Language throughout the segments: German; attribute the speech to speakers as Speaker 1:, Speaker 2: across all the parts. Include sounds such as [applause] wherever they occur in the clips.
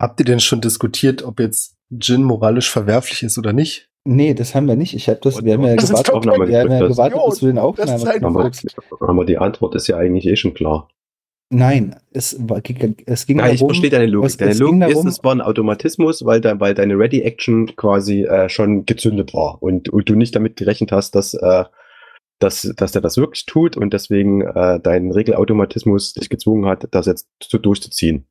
Speaker 1: Habt ihr denn schon diskutiert, ob jetzt Gin moralisch verwerflich ist oder nicht?
Speaker 2: Nee, das haben wir nicht. Ich habe das,
Speaker 3: Und-
Speaker 2: wir haben ja
Speaker 1: Das ist
Speaker 2: gewartet,
Speaker 1: doch keine
Speaker 2: wir haben ja gewartet bis du den
Speaker 1: Das
Speaker 2: Aufnahmen
Speaker 1: ist ein
Speaker 2: gemacht
Speaker 3: Aber,
Speaker 2: hast.
Speaker 3: aber die Antwort ist ja eigentlich eh schon klar.
Speaker 2: Nein, es, war, ging- es ging
Speaker 4: Nein, ich
Speaker 2: darum,
Speaker 4: verstehe deine Logik.
Speaker 2: es-
Speaker 4: deine
Speaker 2: es ging
Speaker 4: Logik ist,
Speaker 2: darum-
Speaker 4: es war ein Automatismus,
Speaker 3: Weil, de, weil deine Ready-Action quasi äh, schon gezündet war und, und du nicht damit gerechnet hast, dass, äh, dass, dass er das wirklich tut und deswegen äh, dein Regelautomatismus dich gezwungen hat, das jetzt zu, durchzuziehen.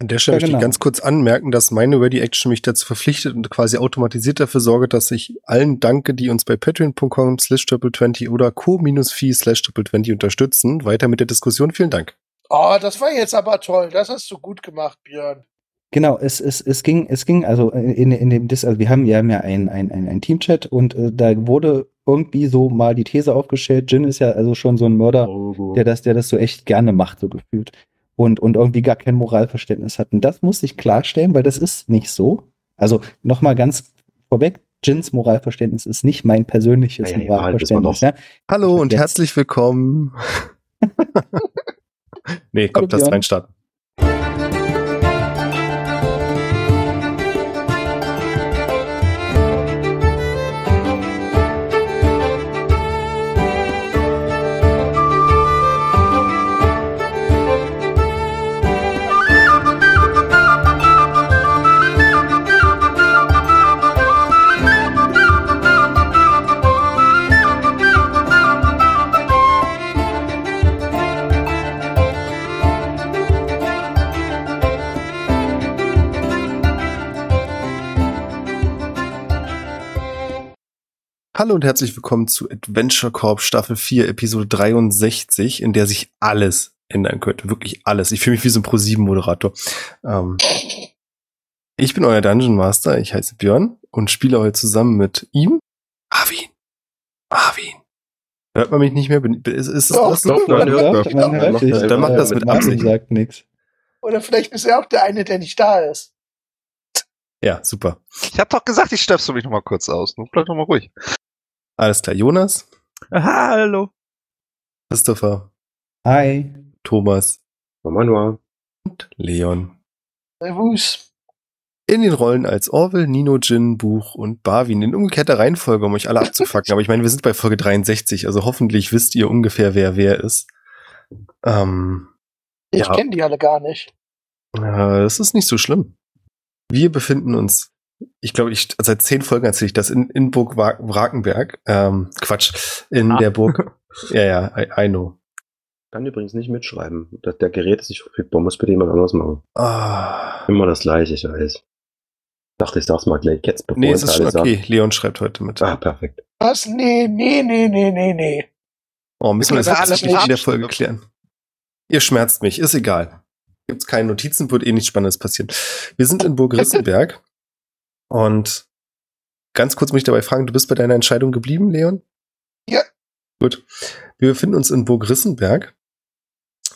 Speaker 1: An der Stelle
Speaker 2: Ja,
Speaker 1: möchte
Speaker 2: genau.
Speaker 1: ich ganz kurz anmerken, dass meine Ready Action mich dazu verpflichtet und quasi automatisiert dafür sorge, dass ich allen danke, die uns bei patreon.com slash triple20 oder co-fee slash triple20 unterstützen. Weiter mit der Diskussion. Vielen Dank.
Speaker 5: Oh, das war jetzt aber toll. Das hast du gut gemacht, Björn.
Speaker 2: Genau, es, es, es ging, es ging, also in, in dem Dis, also wir haben, wir haben ja einen ein, ein ein Teamchat und äh, da wurde irgendwie so mal die These aufgestellt, Jin ist ja also schon so ein Mörder,
Speaker 3: Oh,
Speaker 2: der das, der das so echt gerne macht, so gefühlt. Und, und irgendwie gar kein Moralverständnis hat. Und das musste ich klarstellen, weil das ist nicht so. Also nochmal ganz vorweg, Jins Moralverständnis ist nicht mein persönliches
Speaker 3: Ja, ja, ja,
Speaker 2: Moralverständnis.
Speaker 3: das war
Speaker 2: ne?
Speaker 1: Hallo und
Speaker 2: Ja.
Speaker 1: herzlich
Speaker 2: [laughs]
Speaker 1: willkommen. nee, komm,
Speaker 2: Hallo,
Speaker 1: das
Speaker 2: Björn.
Speaker 1: reinstarten. Hallo und herzlich willkommen zu Adventure Corp Staffel 4, Episode 63, in der sich alles ändern könnte. Wirklich alles. Ich fühle mich wie so ein Pro-7-Moderator. Ähm, ich bin euer Dungeon Master, ich heiße Björn und spiele heute zusammen mit ihm, Arvin. Arvin. Hört man mich nicht mehr? Bin, ist, ist es
Speaker 5: Doch,
Speaker 1: alles
Speaker 4: doch,
Speaker 1: Nein,
Speaker 4: man hört
Speaker 1: doch.
Speaker 4: doch.
Speaker 2: Doch, man hört dich.
Speaker 1: Dann macht das
Speaker 2: Aber
Speaker 1: mit
Speaker 2: Martin
Speaker 1: Absicht.
Speaker 2: sagt nichts.
Speaker 5: Oder vielleicht ist er auch der eine, der nicht da ist.
Speaker 1: Ja, super.
Speaker 6: Ich hab doch gesagt, ich stöpsel mich nochmal kurz aus. Nun bleib doch mal ruhig.
Speaker 1: Alles klar. Jonas,
Speaker 4: Aha, hallo.
Speaker 1: Christopher,
Speaker 2: Hi.
Speaker 1: Thomas
Speaker 3: Manuel,
Speaker 1: und Leon.
Speaker 5: Servus.
Speaker 1: In den Rollen als Orwell, Nino, Jin, Buch und Barwin in umgekehrter Reihenfolge, um euch alle abzufacken. Aber ich meine, wir sind bei Folge 63, also hoffentlich wisst ihr ungefähr, wer wer ist. Ähm,
Speaker 5: Ich
Speaker 1: Ja.
Speaker 5: kenne die alle gar nicht.
Speaker 1: äh, es ist nicht so schlimm. Wir befinden uns, ich glaube, ich seit zehn Folgen erzähle ich das in, in Burg Wa- Wrakenberg. Ähm, Quatsch, in
Speaker 4: Ah.
Speaker 1: der Burg. Ja, ja, I, I know.
Speaker 3: kann übrigens nicht mitschreiben. Das, der Gerät ist nicht verfügbar, muss bitte jemand anderes machen.
Speaker 1: Ah.
Speaker 3: Immer das gleiche, ich weiß. Dachte, ich sag's mal gleich jetzt, bevor
Speaker 1: Nee,
Speaker 3: ich
Speaker 1: es ist schon
Speaker 3: alles
Speaker 1: okay. Leon schreibt heute mit.
Speaker 3: sag. Ah, perfekt.
Speaker 5: Was? Nee, nee, nee, nee, nee, nee.
Speaker 1: Oh, müssen wir das
Speaker 6: Wir können
Speaker 1: jetzt
Speaker 6: alle
Speaker 1: nicht in der
Speaker 6: verabschieden.
Speaker 1: Folge klären. Ihr schmerzt mich, ist egal. Gibt's keine Notizen, wird eh nichts Spannendes passieren. Wir sind in Burg Rissenberg und ganz kurz mich dabei fragen, du bist bei deiner Entscheidung geblieben, Leon?
Speaker 5: Ja.
Speaker 1: Gut. Wir befinden uns in Burg Rissenberg.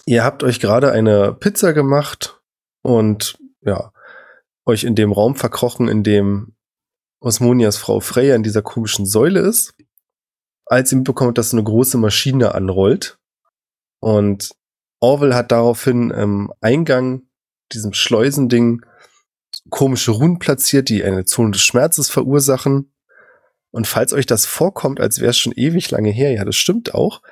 Speaker 1: Ihr habt euch gerade eine Pizza gemacht und ja, euch in dem Raum verkrochen, in dem Osmonias Frau Freya in dieser komischen Säule ist als ihr mitbekommt, dass so eine große Maschine anrollt. Und Orwell hat daraufhin im Eingang, diesem Schleusending, komische Runen platziert, die eine Zone des Schmerzes verursachen. Und falls euch das vorkommt, als wäre es schon ewig lange her, ja, das stimmt auch,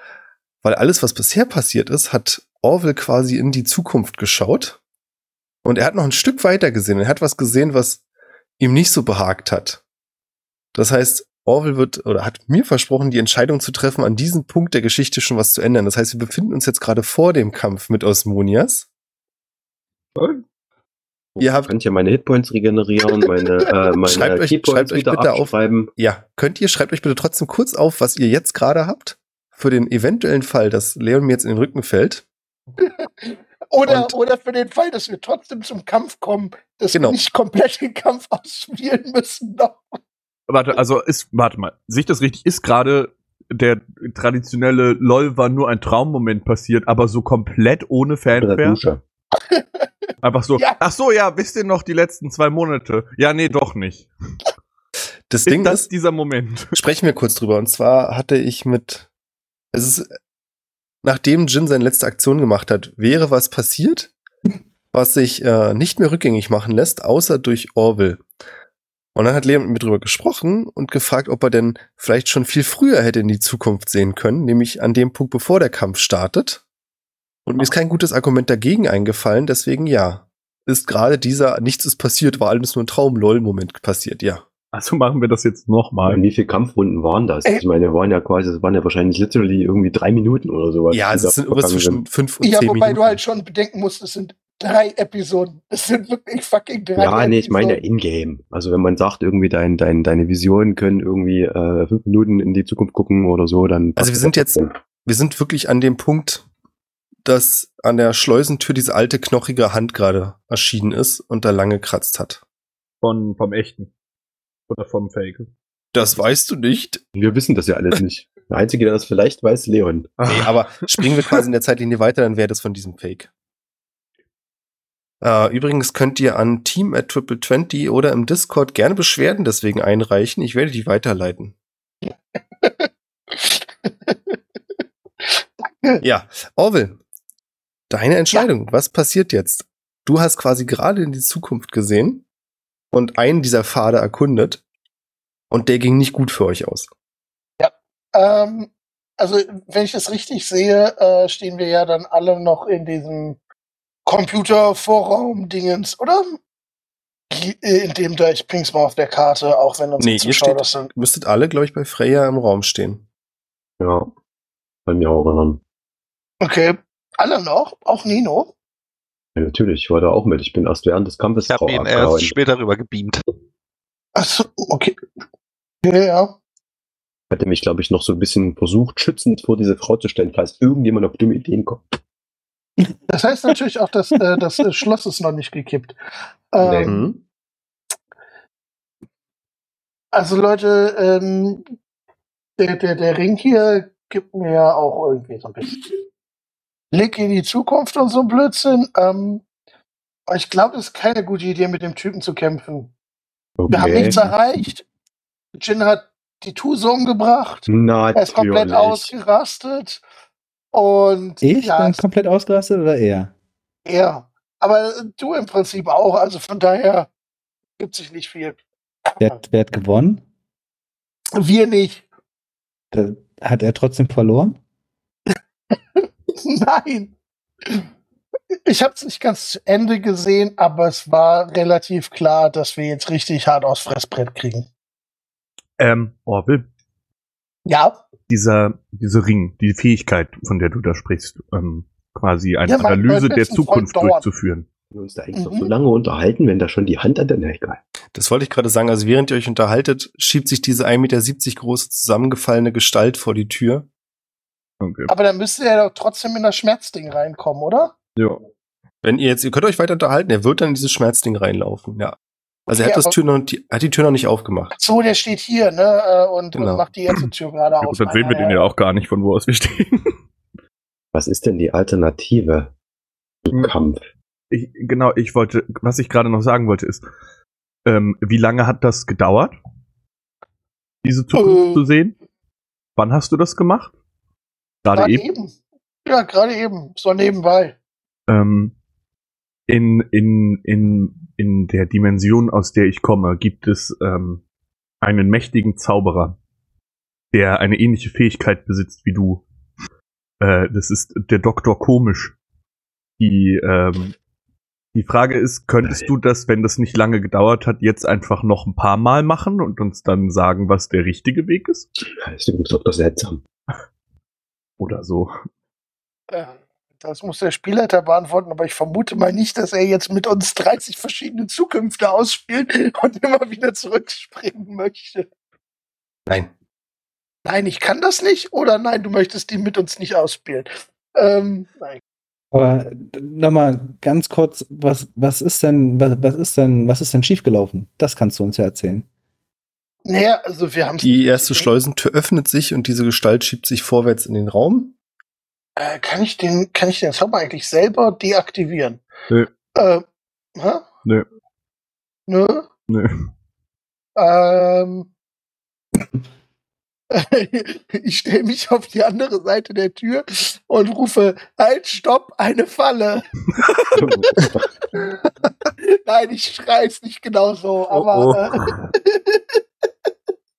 Speaker 1: weil alles, was bisher passiert ist, hat Orwell quasi in die Zukunft geschaut. Und er hat noch ein Stück weiter gesehen. Er hat was gesehen, was ihm nicht so behagt hat. Das heißt, Orwell wird oder hat mir versprochen, die Entscheidung zu treffen, an diesem Punkt der Geschichte schon was zu ändern. Das heißt, wir befinden uns jetzt gerade vor dem Kampf mit Osmonias. Ihr habt-
Speaker 3: ich kann ja meine Hitpoints regenerieren,
Speaker 1: [laughs]
Speaker 3: meine, äh, meine
Speaker 1: Schreibt euch- schreibt euch bitte auf.
Speaker 3: abschreiben.
Speaker 1: Ja, könnt ihr, schreibt euch bitte trotzdem kurz auf, was ihr jetzt gerade habt. Für den eventuellen Fall, dass Leon mir jetzt in den Rücken fällt.
Speaker 5: Oder,
Speaker 1: Und-
Speaker 5: oder für den Fall, dass wir trotzdem zum Kampf kommen, dass
Speaker 1: Genau.
Speaker 5: wir nicht komplett den Kampf [laughs] ausspielen müssen. Noch.
Speaker 4: Warte, also ist, warte mal, sehe ich das richtig? Ist gerade der traditionelle LOL war nur ein Traummoment passiert, aber so komplett ohne
Speaker 3: Unter der
Speaker 4: Fanfare?
Speaker 3: Dusche.
Speaker 4: Einfach so,
Speaker 5: Ja.
Speaker 4: ach so, ja, wisst ihr noch die letzten zwei Monate? Ja, nee, doch nicht.
Speaker 1: Das
Speaker 4: Ist
Speaker 1: Ding
Speaker 4: das
Speaker 1: ist,
Speaker 4: dieser Moment? [laughs]
Speaker 1: [laughs] sprechen wir kurz drüber. Und zwar hatte ich mit, es ist, nachdem Jin seine letzte Aktion gemacht hat, wäre was passiert. was sich äh, nicht mehr rückgängig machen lässt, außer durch Orwell. Und dann hat Leon mit mir drüber gesprochen und gefragt, ob er denn vielleicht schon viel früher hätte in die Zukunft sehen können, nämlich an dem Punkt, bevor der Kampf startet. Und mir ist kein gutes Argument dagegen eingefallen, deswegen ja. Ist gerade dieser Nichts ist passiert, war alles nur ein Traum-Lol-Moment passiert, ja.
Speaker 4: Also machen wir das jetzt
Speaker 3: Und
Speaker 4: nochmal.
Speaker 3: wie viele Kampfrunden waren das?
Speaker 1: Äh.
Speaker 3: Ich meine, waren ja quasi, das waren ja wahrscheinlich literally irgendwie drei Minuten oder sowas.
Speaker 1: Ja,
Speaker 3: die
Speaker 1: also
Speaker 3: da
Speaker 1: es sind irgendwas zwischen
Speaker 3: vergangen
Speaker 1: fünf und
Speaker 5: Ja,
Speaker 1: zehn
Speaker 5: wobei
Speaker 1: Minuten.
Speaker 5: du halt schon bedenken musst, es sind drei Episoden. Es sind wirklich fucking drei
Speaker 3: Ja, nee, ich meine ja
Speaker 5: Episoden.
Speaker 3: in-game. Also wenn man sagt, irgendwie dein, dein, deine Visionen können irgendwie äh, fünf Minuten in die Zukunft gucken oder so, dann.
Speaker 1: Also wir sind jetzt- wir sind wirklich an dem Punkt, dass an der Schleusentür diese alte knochige Hand gerade erschienen ist und da lange kratzt hat.
Speaker 4: Von, vom echten. Oder vom Fake.
Speaker 1: Das weißt du nicht.
Speaker 3: Wir wissen das ja alles nicht. Der Einzige, der das vielleicht weiß, Leon.
Speaker 1: Nee, aber springen wir quasi in der Zeitlinie weiter, dann wäre das von diesem Fake. Äh, übrigens könnt ihr an Team at Triple 20 oder im Discord gerne Beschwerden deswegen einreichen. Ich werde die weiterleiten. Ja, Orwell, deine Entscheidung. Was passiert jetzt? Du hast quasi gerade in die Zukunft gesehen und einen dieser Pfade erkundet und der ging nicht gut für euch aus.
Speaker 5: Ähm, also, wenn ich das richtig sehe, äh, stehen wir ja dann alle noch in diesem Computer-Vorraum-Dingens, oder? äh, In dem da, ich bring's mal auf der Karte, auch wenn unsere
Speaker 1: Nee, hier
Speaker 5: Zuschauer
Speaker 1: steht-
Speaker 5: das sind.
Speaker 1: Müsstet alle, glaube ich, bei Freya im Raum stehen.
Speaker 3: Ja. Bei mir auch erinnern.
Speaker 5: Okay, alle noch, auch Nino.
Speaker 3: Ja, natürlich, ich war da auch mit. Ich bin erst während des Kampfes
Speaker 6: Ich habe ihn
Speaker 3: abgehauen.
Speaker 6: erst später rüber gebeamt.
Speaker 5: Achso, okay. Ja, ja.
Speaker 3: Hätte mich, glaube ich, noch so ein bisschen versucht, schützend vor diese Frau zu stellen, falls irgendjemand auf dumme Ideen kommt.
Speaker 5: Das heißt natürlich auch, dass äh, das äh, Schloss ist noch nicht gekippt. Ähm,
Speaker 1: Mhm.
Speaker 5: Also Leute, ähm, der, der, der Ring hier gibt mir ja auch irgendwie so ein bisschen Blick in die Zukunft und so ein Blödsinn. Ähm, aber ich glaube, es ist keine gute Idee, mit dem Typen zu kämpfen. Wir haben nichts erreicht. Jin hat die Tuse umgebracht.
Speaker 3: Natürlich.
Speaker 5: Er ist komplett ausgerastet. Und
Speaker 2: Ich
Speaker 5: ja,
Speaker 2: bin komplett ausgerastet oder er?
Speaker 5: er. Aber du im Prinzip auch. Also von daher gibt sich nicht viel.
Speaker 2: Wer, hat- wer hat gewonnen?
Speaker 5: Wir nicht.
Speaker 2: Da, hat er trotzdem verloren?
Speaker 5: [laughs] Nein. Ich habe es nicht ganz zu Ende gesehen, aber es war relativ klar, dass wir jetzt richtig hart aufs Fressbrett kriegen.
Speaker 4: Ähm, Orwell,
Speaker 5: Ja,
Speaker 4: dieser, diese Ring, die Fähigkeit, von der du da sprichst, ähm, quasi eine
Speaker 5: Ja, mein-
Speaker 4: Analyse
Speaker 5: mein
Speaker 4: der
Speaker 5: besten
Speaker 4: Zukunft
Speaker 5: Freund dauert.
Speaker 4: durchzuführen.
Speaker 3: Wir uns da eigentlich noch
Speaker 5: Mhm.
Speaker 3: so lange unterhalten, wenn da schon die Hand an der. Na, egal.
Speaker 1: Das wollte ich gerade sagen. Also während ihr euch unterhaltet, schiebt sich diese 1,70 Meter große zusammengefallene Gestalt vor die Tür.
Speaker 4: Okay.
Speaker 5: aber dann müsste er doch trotzdem in das Schmerzding reinkommen, oder?
Speaker 4: Ja.
Speaker 1: Wenn ihr jetzt, ihr könnt euch weiter unterhalten, er wird dann in dieses Schmerzding reinlaufen, ja. Also er
Speaker 5: Ja,
Speaker 1: hat, das
Speaker 5: aber-
Speaker 1: Tür noch, die, hat die Tür noch nicht aufgemacht.
Speaker 5: So, der steht hier, ne? äh, Und,
Speaker 1: Genau.
Speaker 5: und macht die erste Tür gerade
Speaker 4: Ja,
Speaker 5: auf. Äh,
Speaker 4: gut, dann sehen wir den ja auch gar nicht, von wo aus wir [laughs] stehen.
Speaker 3: Was ist denn die Alternative zum
Speaker 5: Hm.
Speaker 4: Mhm.
Speaker 3: Kampf?
Speaker 4: Ich, genau, ich wollte, was ich gerade noch sagen wollte, ist, ähm, wie lange hat das gedauert, diese Zukunft
Speaker 5: Äh.
Speaker 4: zu sehen? Wann hast du das gemacht? Gerade
Speaker 5: Gerade
Speaker 4: eben.
Speaker 5: eben. Ja, gerade eben. So nebenbei.
Speaker 4: Ähm, in, in, in, in der Dimension, aus der ich komme, gibt es ähm, einen mächtigen Zauberer, der eine ähnliche Fähigkeit besitzt wie du. Äh, das ist der Doktor Komisch. Die, ähm, die Frage ist, könntest du das, wenn das nicht lange gedauert hat, jetzt einfach noch ein paar Mal machen und uns dann sagen, was der richtige Weg ist?
Speaker 3: Ja, Ist übrigens doch das
Speaker 5: [laughs]
Speaker 3: seltsam.
Speaker 4: Oder so. [laughs]
Speaker 5: Äh, Das muss der Spielleiter beantworten, aber ich vermute mal nicht, dass er jetzt mit uns 30 verschiedene Zukünfte ausspielt und immer wieder zurückspringen möchte.
Speaker 1: Nein.
Speaker 5: nein, ich kann das nicht oder nein, du möchtest die mit uns nicht ausspielen. Ähm, nein.
Speaker 2: Aber nochmal ganz kurz, was, was ist denn, was, was ist denn, was ist denn schiefgelaufen? Das kannst du uns ja erzählen.
Speaker 5: Naja, also wir haben
Speaker 1: Die erste Schleusentür öffnet sich und diese Gestalt schiebt sich vorwärts in den Raum.
Speaker 5: Äh, kann ich den, kann ich den Zauber eigentlich selber deaktivieren?
Speaker 4: Nö.
Speaker 5: Äh, hä?
Speaker 4: Nö.
Speaker 5: Nö.
Speaker 4: Ne? Nö.
Speaker 5: Ähm, [laughs] ich stelle mich auf die andere Seite der Tür und rufe, halt, stopp, eine Falle. [laughs] Nein, ich schreie es nicht genau so, aber
Speaker 4: oh.
Speaker 5: Äh,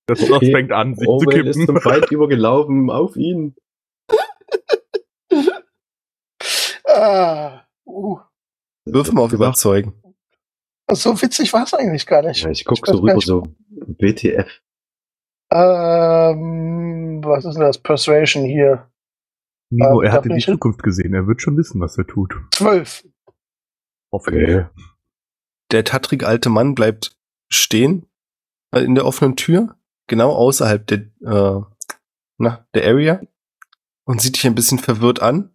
Speaker 4: Das Schloss
Speaker 3: Okay.
Speaker 4: fängt an, sich zu
Speaker 3: Orwell ist
Speaker 4: kippen.
Speaker 3: zum Feind übergelaufen auf ihn.
Speaker 4: oh.
Speaker 5: ah, uh,
Speaker 1: Wirf mal auf überzeugen.
Speaker 5: so witzig war es eigentlich gar nicht.
Speaker 3: Ja, ich guck
Speaker 5: weiß
Speaker 3: so
Speaker 5: gar
Speaker 3: rüber,
Speaker 5: nicht.
Speaker 3: so WTF.
Speaker 5: Ähm, was ist denn das? Persuasion hier.
Speaker 4: Nino,
Speaker 5: Ähm,
Speaker 4: er hat
Speaker 5: darf
Speaker 4: in die
Speaker 5: ich-
Speaker 4: Zukunft gesehen. Er wird schon wissen, was er tut.
Speaker 5: Zwölf.
Speaker 4: Hoffentlich.
Speaker 1: Der tattrige alte Mann bleibt stehen äh, in der offenen Tür, genau außerhalb der, äh, na, der Area und sieht dich ein bisschen verwirrt an.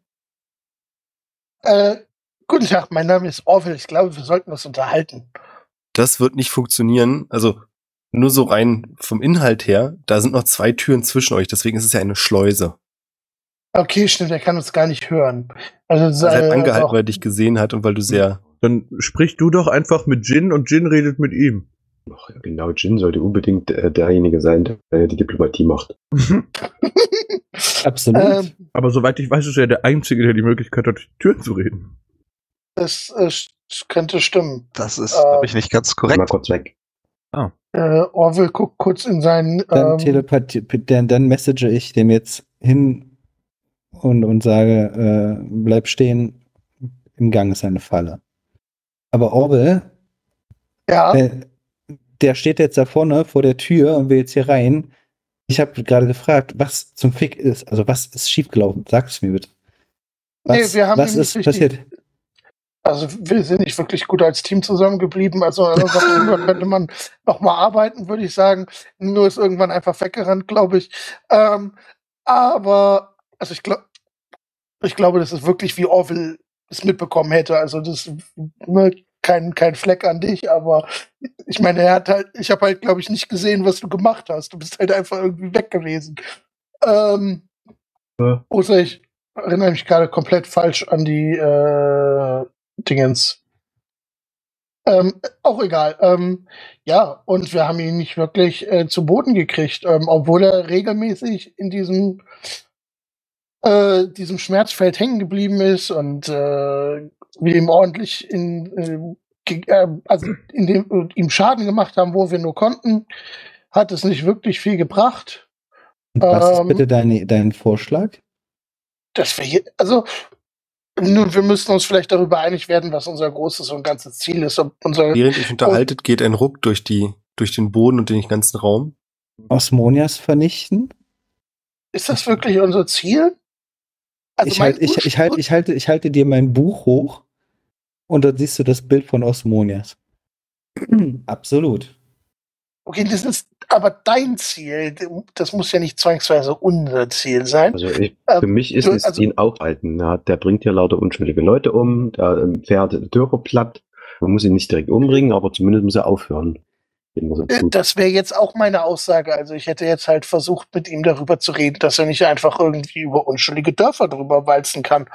Speaker 5: Äh, guten Tag, mein Name ist Orwell. Ich glaube, wir sollten uns unterhalten.
Speaker 1: das wird nicht funktionieren. Also nur so rein vom Inhalt her, da sind noch zwei Türen zwischen euch, deswegen ist es ja eine Schleuse.
Speaker 5: Okay, stimmt, er kann uns gar nicht hören. Also,
Speaker 1: Also er
Speaker 5: äh,
Speaker 1: hat angehalten,
Speaker 5: doch.
Speaker 1: weil er dich gesehen hat und weil du sehr.
Speaker 4: Dann sprich du doch einfach mit Jin und Jin redet mit ihm.
Speaker 3: Ach, ja, genau, Jin sollte unbedingt äh, derjenige sein, der die Diplomatie macht.
Speaker 2: Mhm. Absolut.
Speaker 5: ähm,
Speaker 4: Aber soweit ich weiß, ist er der Einzige, der die Möglichkeit hat, durch die Tür zu reden.
Speaker 5: das äh, st- könnte stimmen.
Speaker 6: Das ist,
Speaker 5: Ähm.
Speaker 6: glaube ich, nicht ganz
Speaker 3: Mal
Speaker 6: korrekt.
Speaker 3: kurz weg.
Speaker 5: Äh, Orwell guckt kurz in seinen.
Speaker 2: dann,
Speaker 5: Ähm,
Speaker 2: telepathie, dann, dann message ich dem jetzt hin und, und sage, äh, bleib stehen, im Gang ist eine Falle. Aber Orwell,
Speaker 5: ja,
Speaker 2: äh, der steht jetzt da vorne vor der Tür und will jetzt hier rein. Ich habe gerade gefragt, was zum Fick ist, also was ist schiefgelaufen? Sag's mir bitte. Was,
Speaker 5: Nee, wir haben
Speaker 2: was
Speaker 5: ihm
Speaker 2: ist
Speaker 5: nicht richtig-
Speaker 2: passiert?
Speaker 5: also wir sind nicht wirklich gut als Team zusammengeblieben. Also an unserem Team, da könnte man nochmal arbeiten, würde ich sagen. Nur ist irgendwann einfach weggerannt, glaube ich. Ähm, aber, also ich glaube, ich glaube, das ist wirklich wie Orwell es mitbekommen hätte. Also das ist ne, kein, kein Fleck an dich, aber ich meine, er hat halt, ich habe halt, glaube ich, nicht gesehen, was du gemacht hast. Du bist halt einfach irgendwie weg gewesen. Ähm,
Speaker 3: Ja.
Speaker 5: Außer ich erinnere mich gerade komplett falsch an die äh, Dingens. Ähm, auch egal. Ähm, ja, und wir haben ihn nicht wirklich äh, zu Boden gekriegt, ähm, obwohl er regelmäßig in diesem, äh, diesem Schmerzfeld hängen geblieben ist und äh, wir ihm ordentlich in, äh, ge- äh, also in dem, ihm Schaden gemacht haben, wo wir nur konnten. Hat es nicht wirklich viel gebracht.
Speaker 2: Und was ist
Speaker 5: ähm,
Speaker 2: bitte deine, dein Vorschlag?
Speaker 5: dass wir hier, also nun, wir müssen uns vielleicht darüber einig werden, was unser großes und ganzes Ziel ist. Ob unser,
Speaker 1: Während ihr euch unterhaltet, geht ein Ruck durch die, durch den Boden und den ganzen Raum.
Speaker 2: Osmonias vernichten?
Speaker 5: ist das wirklich unser Ziel? Also
Speaker 2: ich,
Speaker 5: mein
Speaker 2: halt, ich, ich,
Speaker 5: Ursch-
Speaker 2: halt, ich, halte, ich halte dir mein Buch hoch und dann siehst du das Bild von
Speaker 5: [clears throat]
Speaker 2: Osmonias. Absolut.
Speaker 5: Okay, das ist aber dein Ziel. Das muss ja nicht zwangsweise unser Ziel sein.
Speaker 3: Also ich,
Speaker 5: [laughs] Ähm,
Speaker 3: für mich ist
Speaker 5: du-
Speaker 3: es
Speaker 5: also-
Speaker 3: ihn auch halten. Ja, der bringt ja lauter unschuldige Leute um, der ähm, fährt Dörfer platt. Man muss ihn nicht direkt umbringen, aber zumindest muss er aufhören. Den muss er
Speaker 5: Äh,
Speaker 3: tut.
Speaker 5: Das wäre jetzt auch meine Aussage. Also ich hätte jetzt halt versucht, mit ihm darüber zu reden, dass er nicht einfach irgendwie über unschuldige Dörfer drüber walzen kann.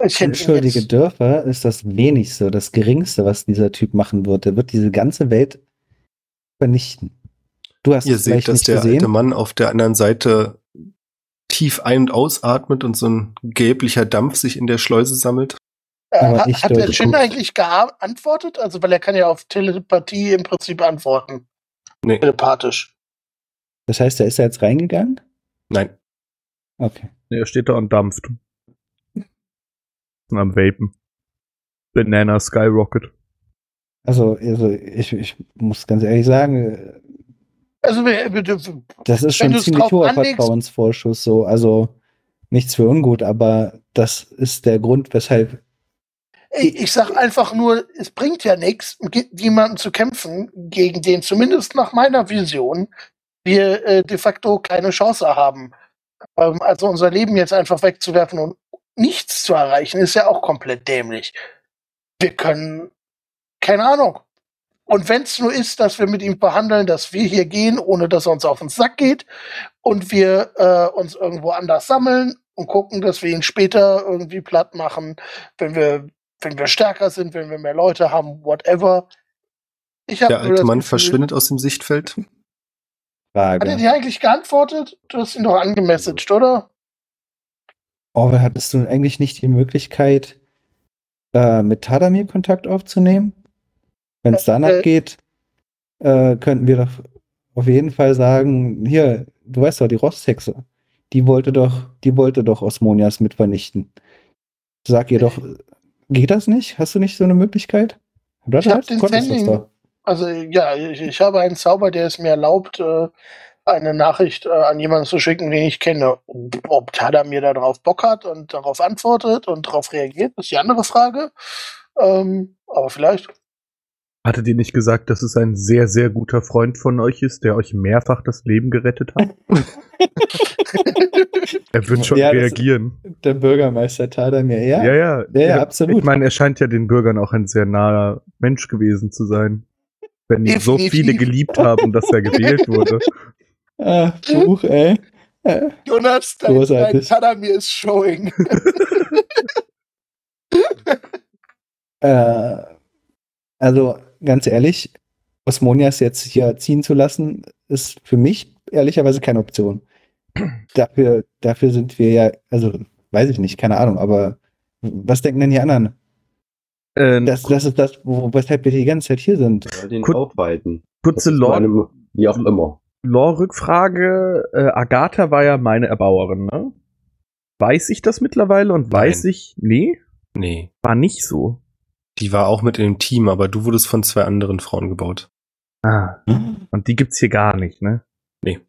Speaker 5: Ich hätte ihn
Speaker 2: Unschuldige
Speaker 5: jetzt, äh,
Speaker 2: Dörfer ist das wenigste, das geringste, was dieser Typ machen wird. Der wird diese ganze Welt vernichten. Du hast
Speaker 1: Ihr
Speaker 2: es vielleicht
Speaker 1: seht, dass
Speaker 2: nicht
Speaker 1: der alte
Speaker 2: gesehen.
Speaker 1: Mann auf der anderen Seite tief ein- und ausatmet und so ein gelblicher Dampf sich in der Schleuse sammelt.
Speaker 5: äh,
Speaker 2: aber
Speaker 5: ha-
Speaker 2: ich
Speaker 5: hat der
Speaker 2: deute-
Speaker 5: Chin eigentlich geantwortet? Also weil er kann ja auf Telepathie im Prinzip antworten.
Speaker 1: Nee,
Speaker 5: telepathisch.
Speaker 2: Das heißt, er ist da jetzt reingegangen?
Speaker 1: nein.
Speaker 2: Okay.
Speaker 4: Er steht da und dampft. Am Vapen. Banana Skyrocket.
Speaker 2: Also, also ich, ich muss ganz ehrlich sagen,
Speaker 5: Also wir, wir dürfen.
Speaker 2: Das ist schon
Speaker 5: Wenn
Speaker 2: ein
Speaker 5: du's
Speaker 2: ziemlich
Speaker 5: drauf
Speaker 2: hoher
Speaker 5: anlegst-
Speaker 2: Vertrauensvorschuss, so. Also nichts für ungut, aber das ist der Grund, weshalb.
Speaker 5: Ich, ich sag einfach nur, es bringt ja nichts, ge- jemanden zu kämpfen, gegen den zumindest nach meiner Vision wir äh, de facto keine Chance haben. Ähm, also unser Leben jetzt einfach wegzuwerfen und nichts zu erreichen, ist ja auch komplett dämlich. Wir können, keine Ahnung. Und wenn es nur ist, dass wir mit ihm behandeln, dass wir hier gehen, ohne dass er uns auf den Sack geht, und wir äh, uns irgendwo anders sammeln und gucken, dass wir ihn später irgendwie platt machen, wenn wir, wenn wir stärker sind, wenn wir mehr Leute haben, whatever. Ich hab
Speaker 1: Der
Speaker 5: nur das
Speaker 1: alte Mann
Speaker 5: Gefühl-
Speaker 1: verschwindet aus dem Sichtfeld.
Speaker 5: Hat er
Speaker 2: Frage.
Speaker 5: dir eigentlich geantwortet? Du hast ihn doch angemessaged, oder?
Speaker 2: Orwell, hattest du eigentlich nicht die Möglichkeit, äh, mit Tadamir Kontakt aufzunehmen? Wenn es danach
Speaker 5: Äh, äh.
Speaker 2: geht, äh, könnten wir doch auf jeden Fall sagen, hier, du weißt doch, die Rosthexe, die wollte doch, die wollte doch Osmonias mit vernichten. Sag ihr doch, geht das nicht? Hast du nicht so eine Möglichkeit? Blood
Speaker 5: Ich hab
Speaker 2: Red?
Speaker 5: den
Speaker 2: Konntest das
Speaker 5: Sending-
Speaker 2: doch.
Speaker 5: Also ja, ich, ich habe einen Zauber, der es mir erlaubt, äh, eine Nachricht äh, an jemanden zu schicken, den ich kenne. Ob Tada mir darauf Bock hat und darauf antwortet und darauf reagiert, ist die andere Frage. Ähm, aber vielleicht.
Speaker 4: Hattet ihr nicht gesagt, dass es ein sehr, sehr guter Freund von euch ist, der euch mehrfach das Leben
Speaker 2: [laughs]
Speaker 4: gerettet hat? er wird schon
Speaker 2: Ja, das-
Speaker 4: reagieren.
Speaker 2: Der Bürgermeister Tadamir, ja?
Speaker 4: ja, ja.
Speaker 2: Ja, ja,
Speaker 4: Er-
Speaker 2: absolut.
Speaker 4: Ich meine, er scheint ja den Bürgern auch ein sehr naher Mensch gewesen zu sein. Wenn ihn so
Speaker 5: Definitiv.
Speaker 4: viele geliebt haben, dass er gewählt wurde.
Speaker 2: Ah, Buch, ey. Äh,
Speaker 5: Jonas, dein, dein
Speaker 2: Großartig.
Speaker 5: Tada mir ist showing.
Speaker 2: Äh, also ganz ehrlich, Osmonias jetzt hier ziehen zu lassen, ist für mich ehrlicherweise keine Option. Dafür, dafür sind wir ja, also weiß ich nicht, keine Ahnung, aber was denken denn die anderen?
Speaker 4: Ähm,
Speaker 2: Das, das ist das, wo, weshalb wir die ganze Zeit hier sind.
Speaker 3: Soll halt den
Speaker 4: Kur-
Speaker 3: aufhalten. Das
Speaker 4: kurze
Speaker 3: ist
Speaker 4: Lore-
Speaker 3: meine- Wie auch immer.
Speaker 4: Lore-Rückfrage. Äh, Agatha war ja meine Erbauerin, ne? Weiß ich das mittlerweile und weiß
Speaker 1: Nein.
Speaker 4: ich, nee,
Speaker 1: Nee.
Speaker 4: war nicht so.
Speaker 1: Die war auch mit im Team, aber du wurdest von zwei anderen Frauen gebaut.
Speaker 4: Ah, und die gibt's hier gar nicht, ne?
Speaker 1: Nee.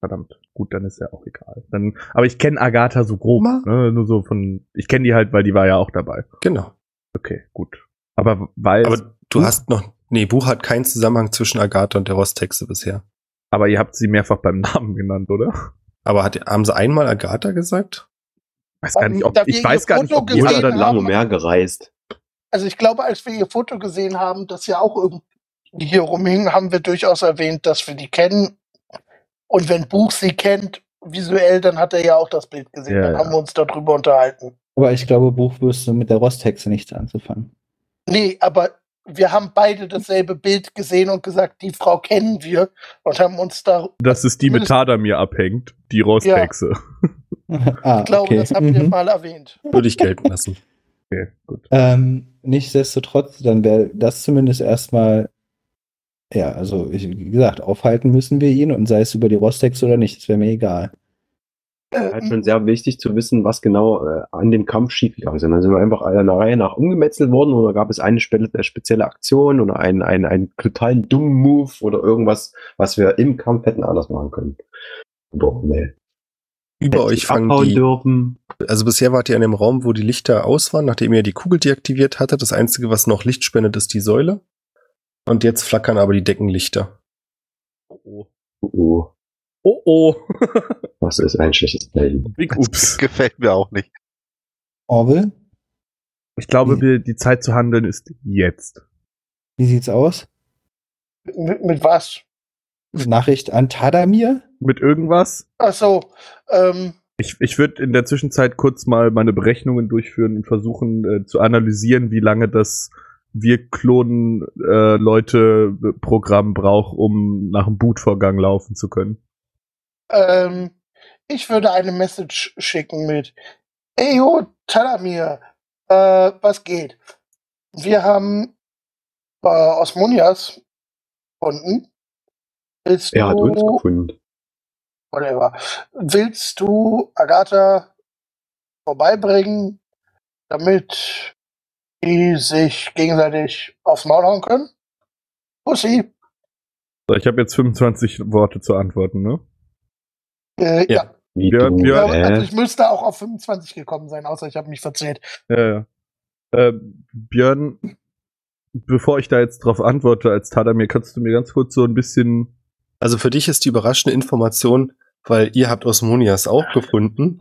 Speaker 4: Verdammt. Gut, dann ist ja auch egal. Dann, aber ich kenne Agatha so grob,
Speaker 1: Ma-
Speaker 4: ne? Nur so von, ich kenne die halt, weil die war ja auch dabei.
Speaker 1: Genau.
Speaker 4: Okay, gut. Aber weil, aber,
Speaker 1: Aber du
Speaker 4: Buch?
Speaker 1: hast noch. Nee, Buch hat keinen Zusammenhang zwischen Agatha und der Rostexe bisher.
Speaker 4: ihr habt sie mehrfach beim Namen genannt, oder?
Speaker 1: Aber hat, haben sie einmal Agatha gesagt?
Speaker 4: Weiß gar
Speaker 5: Ähm,
Speaker 4: nicht, ob,
Speaker 5: da wir
Speaker 4: ich weiß
Speaker 5: ihr
Speaker 4: gar nicht, ob
Speaker 5: Foto
Speaker 4: ihr
Speaker 3: Oder
Speaker 5: gesehen
Speaker 4: alle-
Speaker 3: dann lang
Speaker 5: haben-
Speaker 3: und mehr gereist.
Speaker 5: Also ich glaube, als wir ihr Foto gesehen haben, das ja auch irgendwie hier rumhing, haben wir durchaus erwähnt, dass wir die kennen. Und wenn Buch sie kennt, visuell, dann hat er ja auch das Bild gesehen.
Speaker 4: Ja,
Speaker 5: dann
Speaker 4: ja.
Speaker 5: haben wir uns darüber unterhalten.
Speaker 2: Aber ich glaube, Buch wüsste mit der Rosthexe nichts anzufangen. [laughs]
Speaker 5: Nee, aber wir haben beide dasselbe Bild gesehen und gesagt, die Frau kennen wir und haben uns da,
Speaker 4: dass es die mit
Speaker 5: Zumindest-
Speaker 4: Tadamir abhängt, die Rostexe.
Speaker 2: ah,
Speaker 5: ich glaube,
Speaker 2: okay.
Speaker 5: das haben wir
Speaker 2: Mhm.
Speaker 5: mal erwähnt.
Speaker 1: Würde ich gelten
Speaker 3: [laughs]
Speaker 1: lassen.
Speaker 4: Okay, gut.
Speaker 2: Ähm, nichtsdestotrotz, dann wäre das zumindest erstmal, ja, also ich, wie gesagt, aufhalten müssen wir ihn und sei es über die Rostex oder nicht, es wäre mir egal.
Speaker 5: Äh,
Speaker 3: Halt
Speaker 5: mhm.
Speaker 3: schon sehr wichtig zu wissen, was genau äh, an dem Kampf schiefgegangen ist. Und Dann sind wir einfach einer Reihe nach umgemetzelt worden oder gab es eine spe äh, spezielle Aktion oder einen, einen, einen totalen dummen Move oder irgendwas, was wir im Kampf hätten anders machen können. Boah, nee.
Speaker 1: Über
Speaker 3: Hätte
Speaker 1: euch
Speaker 3: ich
Speaker 1: fangen
Speaker 3: abhauen
Speaker 1: die.
Speaker 3: dürfen.
Speaker 1: Also bisher wart ihr in dem Raum, wo die Lichter aus waren, nachdem ihr die Kugel deaktiviert hattet. Das Einzige, was noch Licht spendet, ist die Säule. Und jetzt flackern aber die Deckenlichter.
Speaker 4: Oh oh.
Speaker 3: Oh, oh,
Speaker 4: Oh [laughs] oh.
Speaker 3: was ist ein schlechtes Zeichen?
Speaker 4: Big
Speaker 6: Das
Speaker 4: Ups.
Speaker 6: gefällt mir auch nicht.
Speaker 2: Orwell,
Speaker 4: Ich glaube, wir, die Zeit zu handeln ist jetzt.
Speaker 2: wie sieht's aus?
Speaker 5: Mit, mit was?
Speaker 2: Nachricht an Tadamir?
Speaker 4: Mit irgendwas?
Speaker 5: Ach so, ähm,
Speaker 4: Ich, ich würde in der Zwischenzeit kurz mal meine Berechnungen durchführen und versuchen äh, zu analysieren, wie lange das wir klonen äh, Leute Programm braucht, um nach dem Bootvorgang laufen zu können.
Speaker 5: Ähm, ich würde eine Message schicken mit Eyo Talamir, äh, was geht? Wir haben äh, Osmonias gefunden. Willst
Speaker 3: Er
Speaker 5: du
Speaker 3: hat uns gefunden.
Speaker 5: whatever. Willst du Agatha vorbeibringen, damit die sich gegenseitig aufs Maul hauen können? Pussy.
Speaker 4: So, ich habe jetzt 25 Worte zu antworten, ne?
Speaker 5: Äh,
Speaker 1: Ja.
Speaker 5: ja.
Speaker 3: Wie
Speaker 4: Ja,
Speaker 3: dumm,
Speaker 4: ja.
Speaker 5: Ich glaube, also
Speaker 3: hä?
Speaker 5: ich müsste auch auf 25 gekommen sein, außer ich habe mich verzählt.
Speaker 4: Ja, ja. Ähm, Björn, bevor ich da jetzt drauf antworte als Tadamir, kannst du mir ganz kurz so ein bisschen
Speaker 1: Also für dich ist die überraschende Information, weil ihr habt Osmonias auch gefunden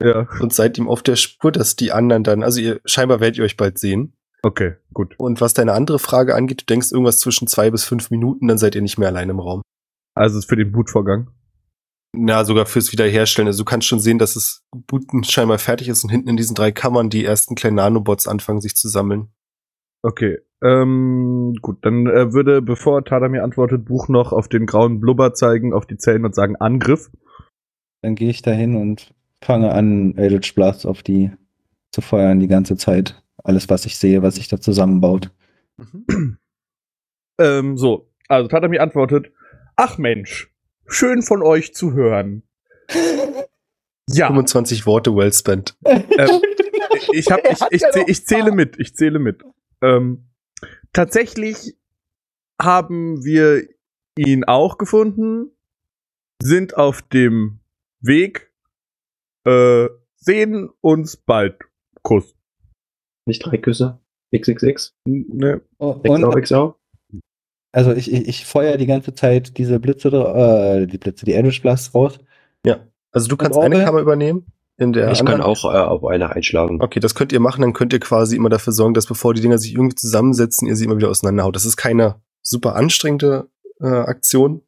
Speaker 4: ja,
Speaker 1: und seid ihm auf der Spur, dass die anderen dann, also ihr, scheinbar werdet ihr euch bald sehen.
Speaker 4: okay, gut.
Speaker 1: Und was deine andere Frage angeht, du denkst irgendwas zwischen zwei bis fünf Minuten, dann seid ihr nicht mehr allein im Raum.
Speaker 4: Also für den Bootvorgang.
Speaker 1: Na, sogar fürs Wiederherstellen. Also du kannst schon sehen, dass es Booten scheinbar fertig ist und hinten in diesen drei Kammern die ersten kleinen Nanobots anfangen, sich zu sammeln.
Speaker 4: Okay, Ähm, gut, dann äh, würde, bevor Tada mir antwortet, Buch noch auf den grauen Blubber zeigen, auf die Zellen und sagen Angriff.
Speaker 2: Dann gehe ich dahin und fange an, Eldritch Blast auf die zu feuern die ganze Zeit. Alles, was ich sehe, was sich da zusammenbaut.
Speaker 4: Ähm, so, also Tada mir antwortet, ach Mensch, schön von euch zu hören. Ja, äh,
Speaker 1: 25 Worte well spent.
Speaker 4: ich, hab, ich, ich, zäh- ich zähle mit, ich zähle mit. Ähm, tatsächlich haben wir ihn auch gefunden, sind auf dem Weg, äh, sehen uns bald. Kuss.
Speaker 3: Nicht drei Küsse. XXX.
Speaker 4: Ne?
Speaker 2: Und,
Speaker 3: XO, XO.
Speaker 2: also ich, ich, ich feuere die ganze Zeit diese Blitze, dra- äh, die Blitze, die Eldritch Blasts raus.
Speaker 1: Also du kannst
Speaker 2: Und
Speaker 1: eine
Speaker 2: Orgel?
Speaker 1: Kammer übernehmen. In der
Speaker 3: Ich
Speaker 1: anderen-
Speaker 3: kann auch äh, auf einer einschlagen.
Speaker 1: Okay, das könnt ihr machen, dann könnt ihr quasi immer dafür sorgen, dass bevor die Dinger sich irgendwie zusammensetzen, ihr sie immer wieder auseinanderhaut. Das ist keine super anstrengende äh, Aktion.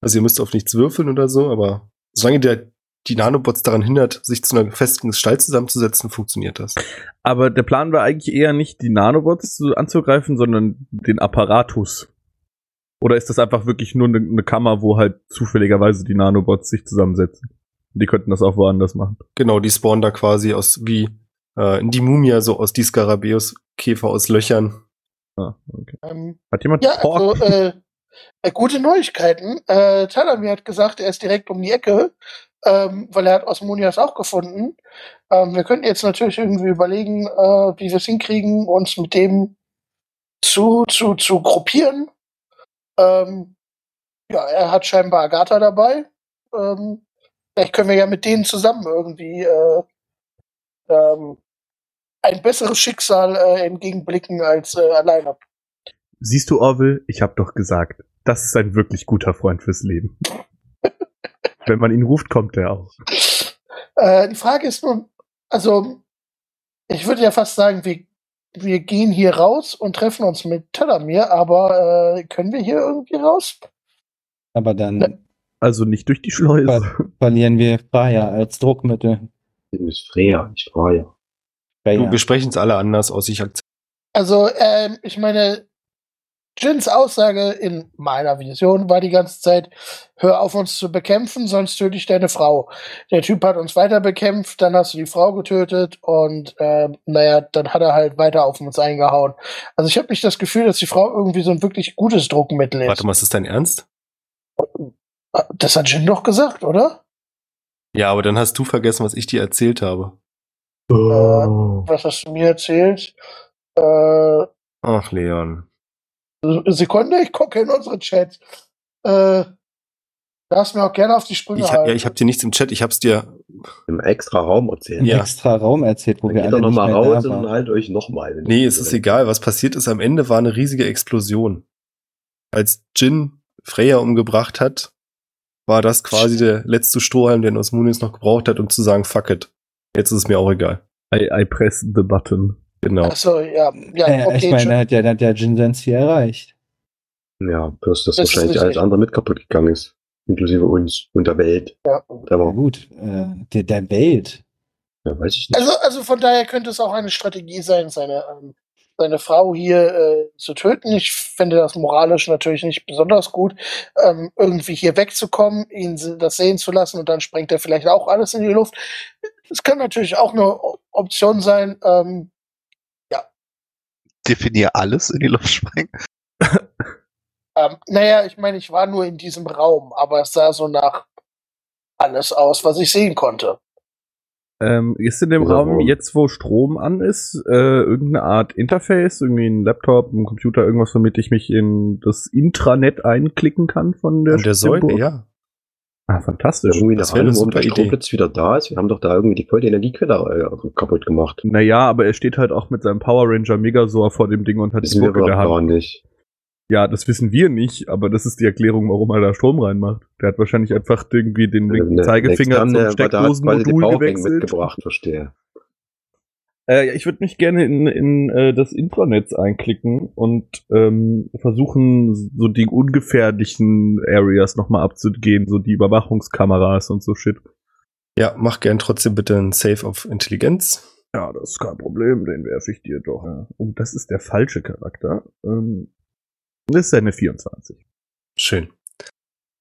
Speaker 1: Also ihr müsst auf nichts würfeln oder so, aber solange der, die Nanobots daran hindert, sich zu einer festen Stall zusammenzusetzen, funktioniert das.
Speaker 4: Aber der Plan war eigentlich eher nicht, die Nanobots zu- anzugreifen, sondern den Apparatus. Oder ist das einfach wirklich nur eine ne Kammer, wo halt zufälligerweise die Nanobots sich zusammensetzen? Die könnten das auch woanders machen.
Speaker 1: Genau, die spawnen da quasi aus wie äh, die Mumia, so aus die Skarabäus-Käfer aus Löchern.
Speaker 4: Ah, okay.
Speaker 5: Ähm,
Speaker 4: Hat jemand
Speaker 5: ja,
Speaker 4: Pork?
Speaker 5: also, äh, äh, gute Neuigkeiten. Äh, Talamir hat gesagt, er ist direkt um die Ecke, ähm, weil er hat Osmonias auch gefunden. Ähm, wir könnten jetzt natürlich irgendwie überlegen, äh, wie wir es hinkriegen, uns mit dem zu, zu, zu gruppieren. Ähm, ja, er hat scheinbar Agatha dabei. Ähm, vielleicht können wir ja mit denen zusammen irgendwie äh, ähm, ein besseres Schicksal äh, entgegenblicken als äh, alleine.
Speaker 4: Siehst du, Orville, ich hab doch gesagt, das ist ein wirklich guter Freund
Speaker 5: [laughs]
Speaker 4: fürs Leben. Wenn man ihn ruft, kommt er auch.
Speaker 5: Äh, die Frage ist nur, also ich würde ja fast sagen, wir, wir gehen hier raus und treffen uns mit Telamir, aber äh, können wir hier irgendwie raus?
Speaker 2: Aber dann
Speaker 5: Ne.
Speaker 4: Also nicht durch die Schleuse.
Speaker 2: ver verlieren wir Freya als Druckmittel.
Speaker 3: Das ist Freya, nicht Freya.
Speaker 1: Du,
Speaker 2: Freya.
Speaker 1: Wir sprechen es alle anders aus, ich akzeptiere.
Speaker 5: Also, ähm, ich meine, Jins Aussage in meiner Vision war die ganze Zeit, hör auf uns zu bekämpfen, sonst töte ich deine Frau. Der Typ hat uns weiter bekämpft, dann hast du die Frau getötet und ähm, naja, dann hat er halt weiter auf uns eingehauen. Also ich habe nicht das Gefühl, dass die Frau irgendwie so ein wirklich gutes Druckmittel ist.
Speaker 1: Warte mal, ist das dein Ernst?
Speaker 5: Das hat Jin doch gesagt, oder?
Speaker 1: Ja, aber dann hast du vergessen, was ich dir erzählt habe.
Speaker 5: Was hast du mir erzählt? Äh,
Speaker 1: Ach, Leon.
Speaker 5: Sekunde, ich gucke in unseren Chat. Äh, darfst mir auch gerne auf die Sprünge
Speaker 1: Ich, ha-
Speaker 5: halten.
Speaker 1: ja, ich habe dir nichts im Chat, ich hab's dir.
Speaker 3: Im extra Raum
Speaker 2: im
Speaker 3: erzählen.
Speaker 1: Ja.
Speaker 2: extra Raum erzählt, wo
Speaker 3: Dann
Speaker 2: wir
Speaker 3: geht
Speaker 2: alle
Speaker 3: doch
Speaker 2: nicht
Speaker 3: nochmal
Speaker 2: mehr
Speaker 3: raus
Speaker 2: da
Speaker 3: und
Speaker 2: waren.
Speaker 3: halt euch nochmal.
Speaker 1: Nee, es ist egal. Was passiert ist, am Ende war eine riesige Explosion. Als Jin Freya umgebracht hat, war das quasi der letzte Strohhalm, den Osmonius noch gebraucht hat, um zu sagen, fuck it. Jetzt ist es mir auch egal.
Speaker 4: I, I press the button.
Speaker 1: Genau.
Speaker 5: Achso, ja, ja,
Speaker 2: Äh,
Speaker 5: okay.
Speaker 2: ich meine,
Speaker 5: schon.
Speaker 2: da hat ja, da hat ja Jin Sens hier erreicht.
Speaker 3: Ja, bloß, dass
Speaker 5: Das ist
Speaker 3: wahrscheinlich
Speaker 5: richtig.
Speaker 3: alles andere mit kaputt gegangen ist. Inklusive uns und der Welt.
Speaker 2: äh,
Speaker 5: Ja.
Speaker 2: Na
Speaker 3: Aber,
Speaker 2: gut, äh, der, der Welt.
Speaker 3: ja, weiß ich nicht.
Speaker 5: Also, also von daher könnte es auch eine Strategie sein, seine, ähm, seine Frau hier äh, zu töten. Ich finde das moralisch natürlich nicht besonders gut, ähm, irgendwie hier wegzukommen, ihn se- das sehen zu lassen und dann sprengt er vielleicht auch alles in die Luft. Es kann natürlich auch eine O- Option sein, ähm,
Speaker 6: Definier alles in die Luft sprengen.
Speaker 5: Ähm, naja, ich meine, ich war nur in diesem Raum, aber es sah so nach alles aus, was ich sehen konnte.
Speaker 4: Ähm, ist in dem
Speaker 3: Oder
Speaker 4: Raum,
Speaker 3: wo?
Speaker 4: jetzt wo Strom an ist, äh, irgendeine Art Interface, irgendwie ein Laptop, ein Computer, irgendwas, womit ich mich in das Intranet einklicken kann von der
Speaker 1: Und der sollte,
Speaker 4: Stimburg?
Speaker 1: ja.
Speaker 4: Ah, fantastisch.
Speaker 3: Irgendwie
Speaker 1: das
Speaker 3: nach
Speaker 1: wäre eine
Speaker 3: allem, warum
Speaker 1: super
Speaker 3: der Strom
Speaker 1: Idee.
Speaker 3: plötzlich wieder da ist. Wir haben doch da irgendwie die volle Energiequelle äh, kaputt gemacht.
Speaker 4: Naja, aber er steht halt auch mit seinem Power Ranger Megasor vor dem Ding und hat die
Speaker 3: Wissen wir
Speaker 4: Gurke in
Speaker 3: doch
Speaker 4: der
Speaker 3: gar
Speaker 4: Hand.
Speaker 3: nicht.
Speaker 4: Ja, das wissen wir nicht, aber das ist die Erklärung, warum er da Strom reinmacht. Der hat wahrscheinlich einfach irgendwie den
Speaker 3: Also ne-
Speaker 4: linken Zeigefinger zum
Speaker 3: halt
Speaker 4: Steckdosenmodul gewechselt.
Speaker 3: mitgebracht, verstehe.
Speaker 4: Äh, ja, ich würde mich gerne in, in äh, das Intranetz einklicken und ähm, versuchen, so die ungefährlichen Areas nochmal abzugehen, so die Überwachungskameras und so Shit.
Speaker 1: Ja, mach gern trotzdem bitte ein Save auf Intelligenz.
Speaker 4: Ja, das ist kein Problem, den werfe ich dir doch. Ja. Und das ist der falsche Charakter. Ähm, das ist eine 24.
Speaker 1: Schön.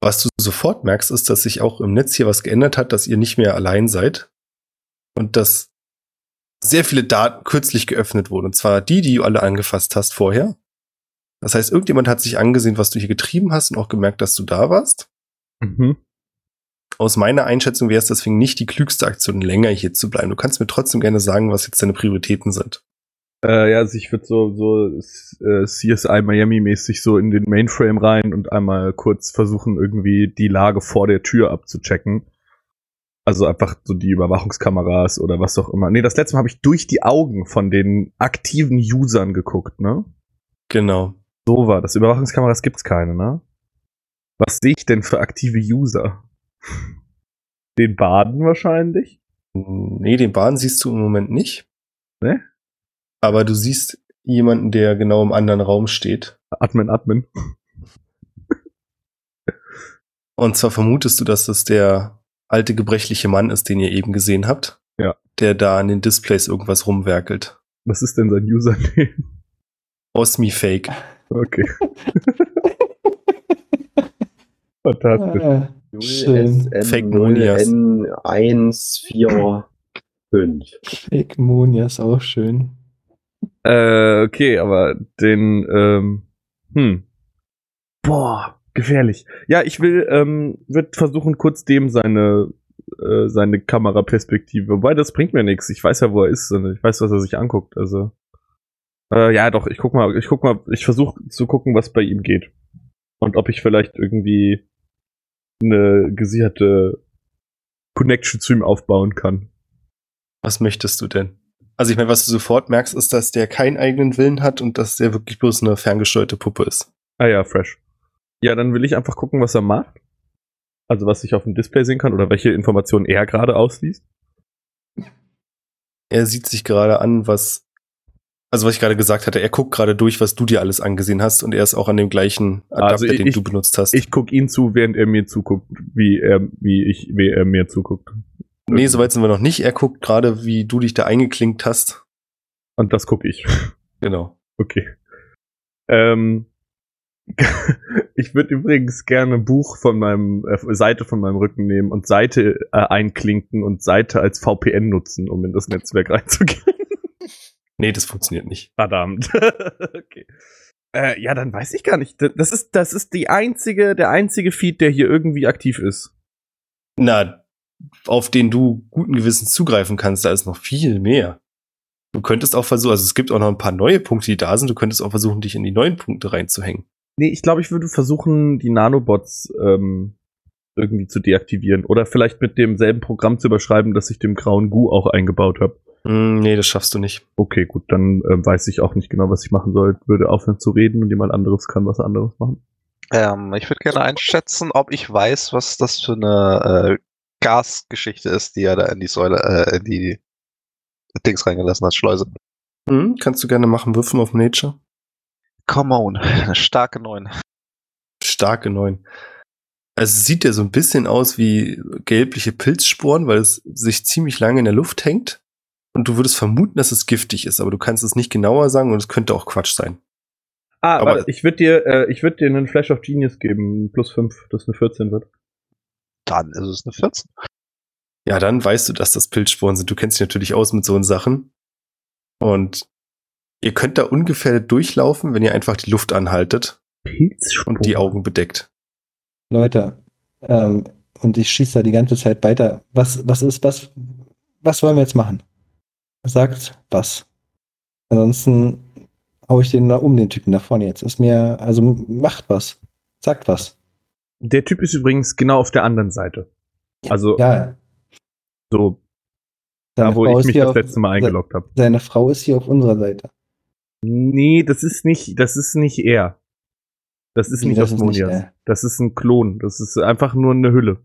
Speaker 1: Was du sofort merkst, ist, dass sich auch im Netz hier was geändert hat, dass ihr nicht mehr allein seid und dass sehr viele Daten kürzlich geöffnet wurden. Und zwar die, die du alle angefasst hast vorher. Das heißt, irgendjemand hat sich angesehen, was du hier getrieben hast und auch gemerkt, dass du da warst.
Speaker 4: Mhm.
Speaker 1: Aus meiner Einschätzung wäre es deswegen nicht die klügste Aktion, länger hier zu bleiben. Du kannst mir trotzdem gerne sagen, was jetzt deine Prioritäten sind.
Speaker 4: Äh, ja, also ich würde so, so äh, CSI Miami-mäßig so in den Mainframe rein und einmal kurz versuchen, irgendwie die Lage vor der Tür abzuchecken. Also einfach so die Überwachungskameras oder was auch immer. Nee, das letzte Mal habe ich durch die Augen von den aktiven Usern geguckt, ne?
Speaker 1: Genau.
Speaker 4: So war das. Überwachungskameras gibt's keine, ne? Was sehe ich denn für aktive User? [laughs] Den Baden wahrscheinlich?
Speaker 1: Nee, den Baden siehst du im Moment nicht.
Speaker 4: Ne?
Speaker 1: Aber du siehst jemanden, der genau im anderen Raum steht.
Speaker 4: Admin, Admin.
Speaker 1: Und zwar vermutest du, dass das der alte gebrechliche Mann ist, den ihr eben gesehen habt.
Speaker 4: Ja.
Speaker 1: Der da an den Displays irgendwas rumwerkelt.
Speaker 4: Was ist denn sein Username?
Speaker 1: Osmi-Fake.
Speaker 4: Okay. [laughs] Fantastisch.
Speaker 2: Äh, Schön.
Speaker 1: Fake Monias.
Speaker 3: N145.
Speaker 2: Fake Moon, ja, ist auch schön.
Speaker 4: Äh, okay, aber den, ähm, hm. Boah, gefährlich. Ja, ich will, ähm, wird versuchen, kurz dem seine, äh, seine Kameraperspektive. Wobei, das bringt mir nichts. Ich weiß ja, wo er ist und ich weiß, was er sich anguckt. Also. Äh, ja, doch, ich guck mal, ich guck mal, ich versuche zu gucken, was bei ihm geht. Und ob ich vielleicht irgendwie eine gesicherte Connection zu ihm aufbauen kann.
Speaker 1: Was möchtest du denn? Also ich meine, was du sofort merkst, ist, dass der keinen eigenen Willen hat und dass der wirklich bloß eine ferngesteuerte Puppe ist.
Speaker 4: Ah ja, fresh. Ja, dann will ich einfach gucken, was er macht. Also was ich auf dem Display sehen kann oder welche Informationen er gerade ausliest.
Speaker 1: Er sieht sich gerade an, was, also was ich gerade gesagt hatte, er guckt gerade durch, was du dir alles angesehen hast und er ist auch an dem gleichen Adapter,
Speaker 4: Also ich-
Speaker 1: den
Speaker 4: ich-
Speaker 1: du benutzt hast.
Speaker 4: Ich guck ihn zu, während er mir zuguckt, wie er, wie ich, wie er mir zuguckt.
Speaker 1: nee, soweit sind wir noch nicht. Er guckt gerade, wie du dich da eingeklinkt hast.
Speaker 4: Und das gucke ich.
Speaker 1: Genau.
Speaker 4: Okay. Ähm, [laughs] ich würde übrigens gerne ein Buch von meinem äh, Seite von meinem Rücken nehmen und Seite äh, einklinken und Seite als VPN nutzen, um in das Netzwerk reinzugehen.
Speaker 1: Nee, das funktioniert nicht.
Speaker 4: Verdammt. [laughs] okay. Äh, ja, dann weiß ich gar nicht. D- Das ist das ist die einzige der einzige Feed, der hier irgendwie aktiv ist.
Speaker 1: Na, auf den du guten Gewissens zugreifen kannst, da ist noch viel mehr. Du könntest auch versuchen, also es gibt auch noch ein paar neue Punkte, die da sind, du könntest auch versuchen, dich in die neuen Punkte reinzuhängen.
Speaker 4: Nee, ich glaube, ich würde versuchen, die Nanobots ähm, irgendwie zu deaktivieren oder vielleicht mit demselben Programm zu überschreiben, das ich dem grauen Gu auch eingebaut habe.
Speaker 1: Hm, nee, das schaffst du nicht.
Speaker 4: Okay, gut, dann äh, weiß ich auch nicht genau, was ich machen soll. Würde aufhören zu reden und jemand anderes kann was anderes machen.
Speaker 6: Ähm, ich würde gerne einschätzen, ob ich weiß, was das für eine äh, Gasgeschichte ist, die er da in die Säule, äh, in die Dings reingelassen hat, Schleuse.
Speaker 1: Hm, kannst du gerne machen, würfen auf Nature.
Speaker 6: Come on, [laughs] eine starke 9.
Speaker 1: Starke neun. Also es sieht ja so ein bisschen aus wie gelbliche Pilzsporen, weil es sich ziemlich lange in der Luft hängt. Und du würdest vermuten, dass es giftig ist, aber du kannst es nicht genauer sagen und es könnte auch Quatsch sein.
Speaker 4: Ah,
Speaker 1: Aber-
Speaker 4: warte, ich würde dir, äh, ich würde dir einen Flash of Genius geben, plus 5, das eine 14 wird.
Speaker 6: Dann ist es eine 14.
Speaker 1: Ja, dann weißt du, dass das Pilzsporen sind. Du kennst dich natürlich aus mit so Sachen. Und ihr könnt da ungefährdet durchlaufen, wenn ihr einfach die Luft anhaltet
Speaker 4: Pilzsporen.
Speaker 1: und die Augen bedeckt.
Speaker 2: Leute, ähm, und ich schieße da die ganze Zeit weiter. Was, was ist, was, was wollen wir jetzt machen? Sagt was. Ansonsten hau ich den da um, den Typen da vorne jetzt. Ist mir, also macht was. Sagt was.
Speaker 4: Der Typ ist übrigens genau auf der anderen Seite. Also
Speaker 2: Ja,
Speaker 4: so, da wo ich mich das letzte Mal eingeloggt habe.
Speaker 2: Seine Frau ist hier auf unserer Seite.
Speaker 4: Nee, das ist nicht, das ist nicht er. Das ist
Speaker 2: Wie,
Speaker 4: nicht
Speaker 2: das ist nicht
Speaker 4: Osmonias.
Speaker 2: er?
Speaker 4: Das ist ein Klon. Das ist einfach nur eine Hülle.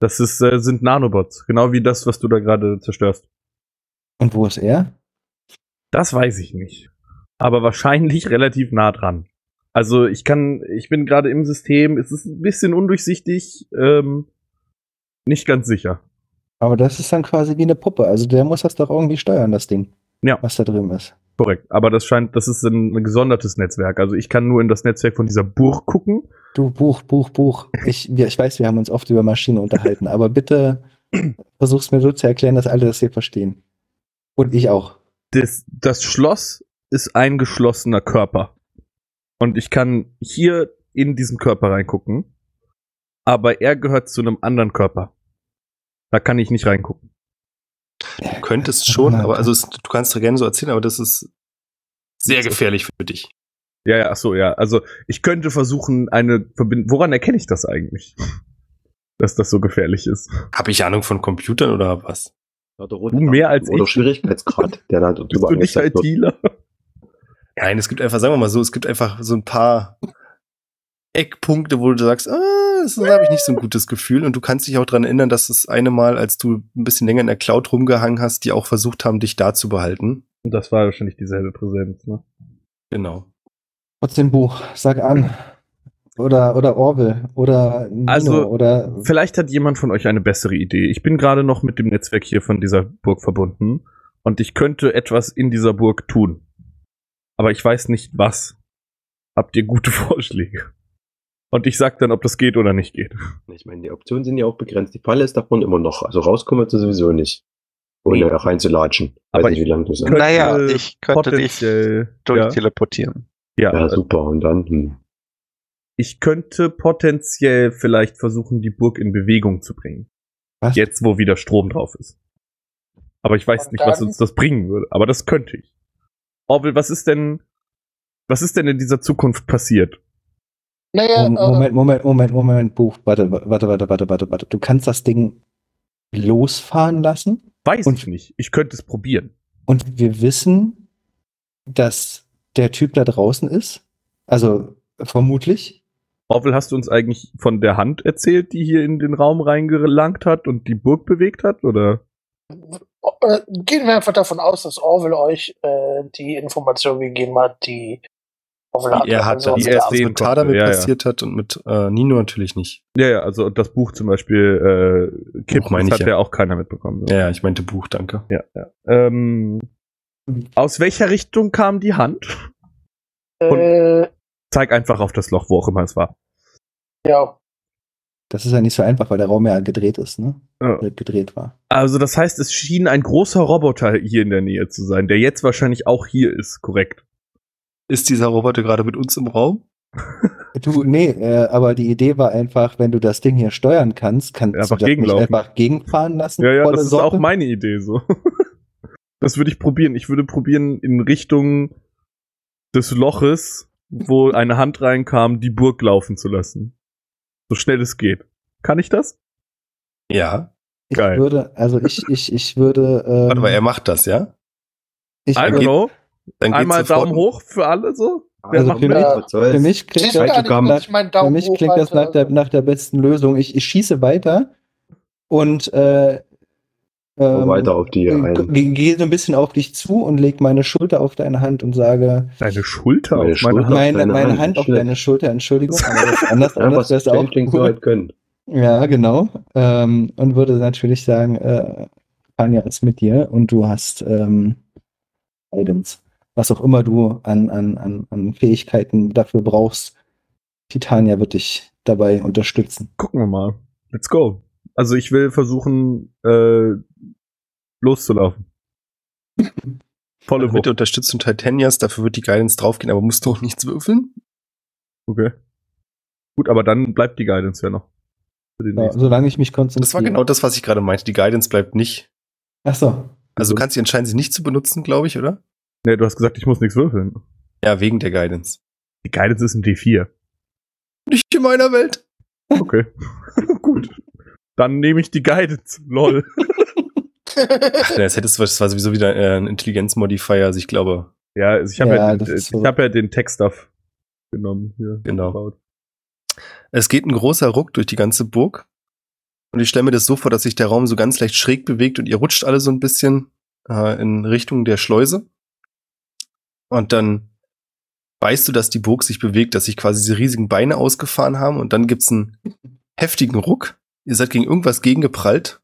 Speaker 4: Das ist, äh, sind Nanobots. Genau wie das, was du da gerade zerstörst.
Speaker 2: Und wo ist er?
Speaker 4: Das weiß ich nicht. Aber wahrscheinlich [laughs] relativ nah dran. Also ich kann, ich bin gerade im System, es ist ein bisschen undurchsichtig, ähm, nicht ganz sicher.
Speaker 2: Aber das ist dann quasi wie eine Puppe. Also der muss das doch irgendwie steuern, das Ding.
Speaker 4: Ja.
Speaker 2: Was da drin ist.
Speaker 4: Korrekt. Aber das scheint, das ist ein, ein gesondertes Netzwerk. Also ich kann nur in das Netzwerk von dieser Burg gucken.
Speaker 2: Du, Buch, Buch, Buch. Ich, wir, ich weiß, wir haben uns oft über Maschinen
Speaker 4: [laughs]
Speaker 2: unterhalten, aber bitte versuch's mir so zu erklären, dass alle das hier verstehen. Und ich auch.
Speaker 4: Das, das Schloss ist ein geschlossener Körper. Und ich kann hier in diesen Körper reingucken. Aber er gehört zu einem anderen Körper. Da kann ich nicht reingucken.
Speaker 1: Du könntest schon, aber also es, du kannst dir gerne so erzählen, aber das ist sehr gefährlich für dich.
Speaker 4: Ja, ja, ach so, ja. Also ich könnte versuchen, eine Verbindung. Woran erkenne ich das eigentlich? Dass das so gefährlich ist.
Speaker 1: Habe ich Ahnung von Computern oder was?
Speaker 4: Du mehr als
Speaker 3: Oder
Speaker 4: ich.
Speaker 3: Schwierigkeitsgrad, der da
Speaker 4: Bist
Speaker 3: drüber
Speaker 4: du nicht
Speaker 3: angezeigt wird.
Speaker 4: ITler?
Speaker 1: Nein, es gibt einfach, sagen wir mal so, es gibt einfach so ein paar Eckpunkte, wo du sagst, ah, das da habe ich nicht so ein gutes Gefühl. Und du kannst dich auch dran erinnern, dass das eine Mal, als du ein bisschen länger in der Cloud rumgehangen hast, die auch versucht haben, dich da zu behalten.
Speaker 4: Und das war wahrscheinlich dieselbe Präsenz, ne?
Speaker 1: Genau.
Speaker 2: Trotzdem Buch, sag an. Oder, oder Orwell. Oder Nino,
Speaker 4: Also,
Speaker 2: oder.
Speaker 4: Vielleicht hat jemand von euch eine bessere Idee. Ich bin gerade noch mit dem Netzwerk hier von dieser Burg verbunden und ich könnte etwas in dieser Burg tun. Aber ich weiß nicht was. Habt ihr gute [laughs] Vorschläge? Und ich sag dann, ob das geht oder nicht geht.
Speaker 3: Ich meine, die Optionen sind ja auch begrenzt. Die Falle ist davon immer noch. Also rauskommen wir sowieso nicht. Ohne da reinzulatschen.
Speaker 4: Aber
Speaker 3: nicht, wie lange das ist.
Speaker 4: Könnte
Speaker 6: naja, ich könnte dich
Speaker 4: potenziell- ja,
Speaker 6: durchteleportieren.
Speaker 4: ja, also
Speaker 3: Ja, super. Und dann, hm.
Speaker 4: ich könnte potenziell vielleicht versuchen, die Burg in Bewegung zu bringen.
Speaker 2: Was?
Speaker 4: Jetzt, wo wieder Strom drauf ist. Aber ich weiß
Speaker 5: Und
Speaker 4: nicht, was
Speaker 5: dann?
Speaker 4: uns das bringen würde. Aber das könnte ich. Orwell, was ist denn, was ist denn in dieser Zukunft passiert?
Speaker 5: Naja,
Speaker 2: Mom-
Speaker 5: äh,
Speaker 2: Moment, Moment, Moment, Moment, Buch. Warte, warte, warte, warte, warte, warte. Du kannst das Ding losfahren lassen?
Speaker 4: Weiß
Speaker 2: Und-
Speaker 4: ich nicht. Ich könnte es probieren.
Speaker 2: Und wir wissen, dass der Typ da draußen ist. Also vermutlich.
Speaker 4: Orwell, hast du uns eigentlich von der Hand erzählt, die hier in den Raum reingelangt hat und die Burg bewegt hat? Oder?
Speaker 5: äh, gehen wir einfach davon aus, dass Orwell euch äh, die Information gegeben hat, die Orwell
Speaker 1: Die er hat,
Speaker 5: Also,
Speaker 1: die
Speaker 4: die
Speaker 1: er
Speaker 5: auf der
Speaker 4: er
Speaker 1: was
Speaker 5: Art-
Speaker 4: sehen
Speaker 1: mit Tada
Speaker 4: konnte,
Speaker 1: damit
Speaker 4: ja, ja.
Speaker 1: passiert hat und mit äh, Nino natürlich nicht.
Speaker 4: Ja, ja, also das Buch zum Beispiel äh, Kipp,
Speaker 1: Buch meine
Speaker 4: das
Speaker 1: ich
Speaker 4: hat ja.
Speaker 1: ja.
Speaker 4: auch keiner mitbekommen.
Speaker 1: Ja, ja, ich meinte Buch, danke.
Speaker 4: Ja, ja. Ähm, aus welcher Richtung kam die Hand?
Speaker 5: äh,
Speaker 4: Zeig einfach auf das Loch, wo auch immer es war.
Speaker 5: ja,
Speaker 2: Das ist ja nicht so einfach, weil der Raum ja gedreht ist, ne?
Speaker 4: Ja.
Speaker 2: Gedreht war.
Speaker 4: Äh, Also das heißt, es schien ein großer Roboter hier in der Nähe zu sein, der jetzt wahrscheinlich auch hier ist, korrekt.
Speaker 1: Ist dieser Roboter gerade mit uns im Raum?
Speaker 2: Du, nee, äh, aber die Idee war einfach, wenn du das Ding hier steuern kannst, kannst
Speaker 4: Einfach
Speaker 2: du das nicht
Speaker 4: gegenlaufen.
Speaker 2: einfach gegenfahren lassen.
Speaker 4: Ja, ja,
Speaker 2: volle
Speaker 4: das ist
Speaker 2: Sorte?
Speaker 4: auch meine Idee so. [laughs] Das würde ich probieren. Ich würde probieren, in Richtung des Loches, wo eine Hand reinkam, die Burg laufen zu lassen. So schnell es geht. Kann ich das?
Speaker 1: Ja.
Speaker 2: Ich
Speaker 4: Geil.
Speaker 2: würde, also ich, ich, ich würde. Ähm,
Speaker 1: Warte mal, er macht das, ja?
Speaker 2: ich
Speaker 4: I don't
Speaker 2: würde,
Speaker 4: know.
Speaker 1: Dann
Speaker 4: Einmal
Speaker 1: sofort-
Speaker 4: Daumen hoch für alle so. Wer
Speaker 2: Also
Speaker 4: macht
Speaker 2: für
Speaker 4: mit?
Speaker 2: mich-
Speaker 3: was soll's?
Speaker 2: für mich klingt
Speaker 5: siehst
Speaker 3: du
Speaker 2: das,
Speaker 5: gar nicht,
Speaker 3: Gammel.
Speaker 5: dass ich meinen
Speaker 2: für
Speaker 5: Daumen
Speaker 2: mich
Speaker 5: hoch
Speaker 2: klingt das nach
Speaker 5: halte.
Speaker 2: der, nach der besten Lösung. Ich, ich schieße weiter und äh, ähm,
Speaker 3: weiter auf die
Speaker 2: Ge-
Speaker 3: ein.
Speaker 2: ge- Gehe so ein bisschen auf dich zu und leg meine Schulter auf deine Hand und sage,
Speaker 4: Deine Schulter
Speaker 3: Meine
Speaker 4: auf meine
Speaker 3: Schulter.
Speaker 4: Hand.
Speaker 2: meine,
Speaker 3: deine
Speaker 2: meine
Speaker 3: Hand,
Speaker 2: Hand auf
Speaker 3: schlecht.
Speaker 2: deine Schulter, Entschuldigung, aber
Speaker 3: [laughs]
Speaker 2: das anders,
Speaker 3: Ja,
Speaker 2: anders
Speaker 3: was
Speaker 2: wäre es auch
Speaker 3: Changeling so
Speaker 2: cool.
Speaker 3: halt können.
Speaker 2: Ja, genau. Ähm, und würde natürlich sagen, äh, Tanja ist mit dir und du hast ähm, Guidance. Was auch immer du an, an, an, an Fähigkeiten dafür brauchst, Titania wird dich dabei unterstützen.
Speaker 4: Gucken wir mal. Let's go. Also ich will versuchen, äh, loszulaufen. Volle
Speaker 1: Mit der
Speaker 4: Wucht.
Speaker 1: Unterstützung Titanias, dafür wird die Guidance draufgehen, aber musst du auch nichts würfeln?
Speaker 4: Okay. Gut, aber dann bleibt die Guidance ja noch. Für den
Speaker 2: Ja,
Speaker 4: nächsten.
Speaker 2: Genau, solange ich mich
Speaker 1: Das war
Speaker 2: konzentriere.
Speaker 1: genau das, was ich gerade meinte. Die Guidance bleibt nicht.
Speaker 2: Ach so.
Speaker 1: Also du kannst dich entscheiden, sie nicht zu benutzen, glaube ich, oder?
Speaker 4: Nee, du hast gesagt, ich muss nichts würfeln.
Speaker 1: Ja, wegen der Guidance.
Speaker 4: Die Guidance ist ein D4.
Speaker 2: [laughs]
Speaker 1: Nicht in meiner Welt.
Speaker 4: Okay. Gut. Dann nehme ich die Guidance.
Speaker 2: [laughs]
Speaker 4: Lol.
Speaker 1: Ach, na, das, hättest, du- das war sowieso wieder äh, ein Intelligenzmodifier, also ich glaube.
Speaker 4: Ja, also ich habe
Speaker 2: Ja,
Speaker 4: ja, den-
Speaker 2: das ist so.
Speaker 4: ich hab ja den Tech-Stuff genommen hier.
Speaker 1: Genau. Es geht ein großer Ruck durch die ganze Burg. Und ich stelle mir das so vor, dass sich der Raum so ganz leicht schräg bewegt und ihr rutscht alle so ein bisschen äh, in Richtung der Schleuse. Und dann weißt du, dass die Burg sich bewegt, dass sich quasi diese riesigen Beine ausgefahren haben und dann gibt's einen heftigen Ruck. Ihr seid gegen irgendwas gegengeprallt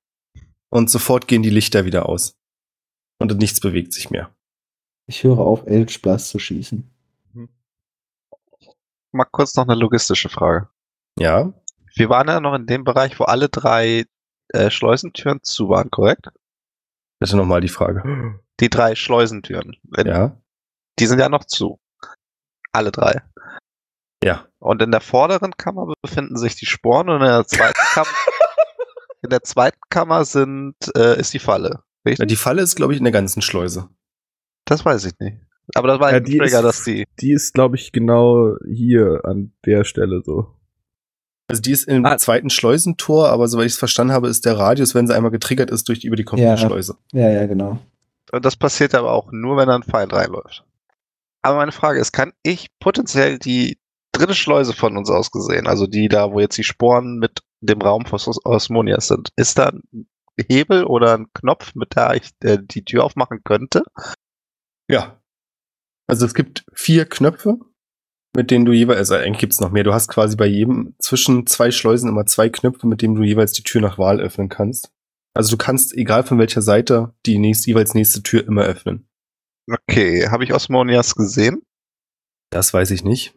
Speaker 1: Und sofort gehen die Lichter wieder aus. Und nichts bewegt sich mehr.
Speaker 2: Ich höre auf, Elchblast zu schießen.
Speaker 6: Mal kurz noch eine logistische Frage.
Speaker 1: Ja,
Speaker 6: Wir waren ja noch in dem Bereich, wo alle drei äh, Schleusentüren zu waren, korrekt?
Speaker 1: bitte nochmal die Frage.
Speaker 6: Die drei Schleusentüren. Wenn-
Speaker 1: Ja,
Speaker 6: Die sind ja noch zu. Alle drei.
Speaker 1: ja.
Speaker 6: Und in der vorderen Kammer befinden sich die Sporen und in
Speaker 4: [laughs]
Speaker 6: der zweiten Kammer, in der zweiten Kammer sind, äh, ist die Falle.
Speaker 1: Na,
Speaker 6: Richtig?
Speaker 1: Die Falle ist, glaube ich, in der ganzen Schleuse.
Speaker 6: das weiß ich nicht. Aber das war
Speaker 4: Ja,
Speaker 6: ein
Speaker 4: die
Speaker 6: Trigger,
Speaker 4: ist-
Speaker 6: dass die.
Speaker 4: Die ist, glaube ich, genau hier an der Stelle so.
Speaker 1: Also die ist im
Speaker 4: Ah.
Speaker 1: zweiten Schleusentor, aber soweit ich es verstanden habe, ist der Radius, wenn sie einmal getriggert ist, durch die über die komplette
Speaker 2: Ja.
Speaker 1: Schleuse.
Speaker 2: Ja, ja, genau.
Speaker 6: Und das passiert aber auch nur, wenn da ein Feind reinläuft. Aber meine Frage ist, kann ich potenziell die dritte Schleuse von uns aus gesehen, also die da, wo jetzt die Sporen mit dem Raum von Os- Osmonias sind, ist da ein Hebel oder ein Knopf, mit der ich äh, die Tür aufmachen könnte?
Speaker 1: Ja. Also es gibt vier Knöpfe, mit denen du jeweils, also eigentlich gibt's noch mehr, du hast quasi bei jedem zwischen zwei Schleusen immer zwei Knöpfe, mit denen du jeweils die Tür nach Wahl öffnen kannst. Also du kannst, egal von welcher Seite, die nächst, jeweils nächste Tür immer öffnen.
Speaker 6: Okay, habe ich Osmonias gesehen?
Speaker 1: Das weiß ich nicht.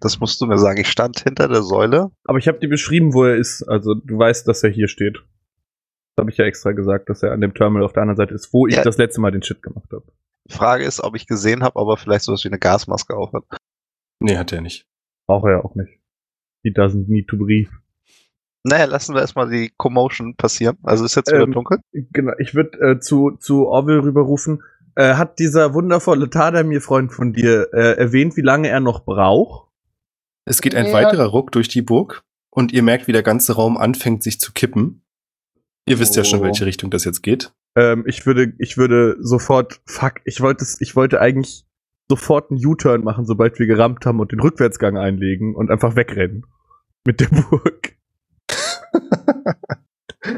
Speaker 6: Das musst du mir sagen. Ich stand hinter der Säule.
Speaker 4: Aber ich habe dir beschrieben, wo er ist. Also du weißt, dass er hier steht. Das habe ich ja extra gesagt, dass er an dem Terminal auf der anderen Seite ist, wo ich
Speaker 6: Ja.
Speaker 4: das letzte Mal den Shit gemacht habe.
Speaker 6: Frage ist, ob ich gesehen habe, ob er vielleicht sowas wie eine Gasmaske aufhat.
Speaker 1: Nee, hat er nicht.
Speaker 4: Braucht er ja auch nicht. He doesn't need to breathe.
Speaker 6: Naja, lassen wir erstmal die Commotion passieren. Also ist jetzt
Speaker 4: Ähm,
Speaker 6: wieder dunkel.
Speaker 4: Genau, ich würde äh, zu, zu Orville rüberrufen. Äh, hat dieser wundervolle Tadamir, Freund von dir, äh, erwähnt, wie lange er noch braucht?
Speaker 1: Es geht ein
Speaker 5: Ja.
Speaker 1: weiterer Ruck durch die Burg und ihr merkt, wie der ganze Raum anfängt, sich zu kippen. Ihr wisst ja schon,
Speaker 4: Oh.
Speaker 1: welche Richtung das jetzt geht.
Speaker 4: Ähm, ich würde, ich würde sofort, fuck, ich wollte, es- ich wollte eigentlich sofort einen U-Turn machen, sobald wir gerammt haben und den Rückwärtsgang einlegen und einfach wegrennen. Mit der Burg.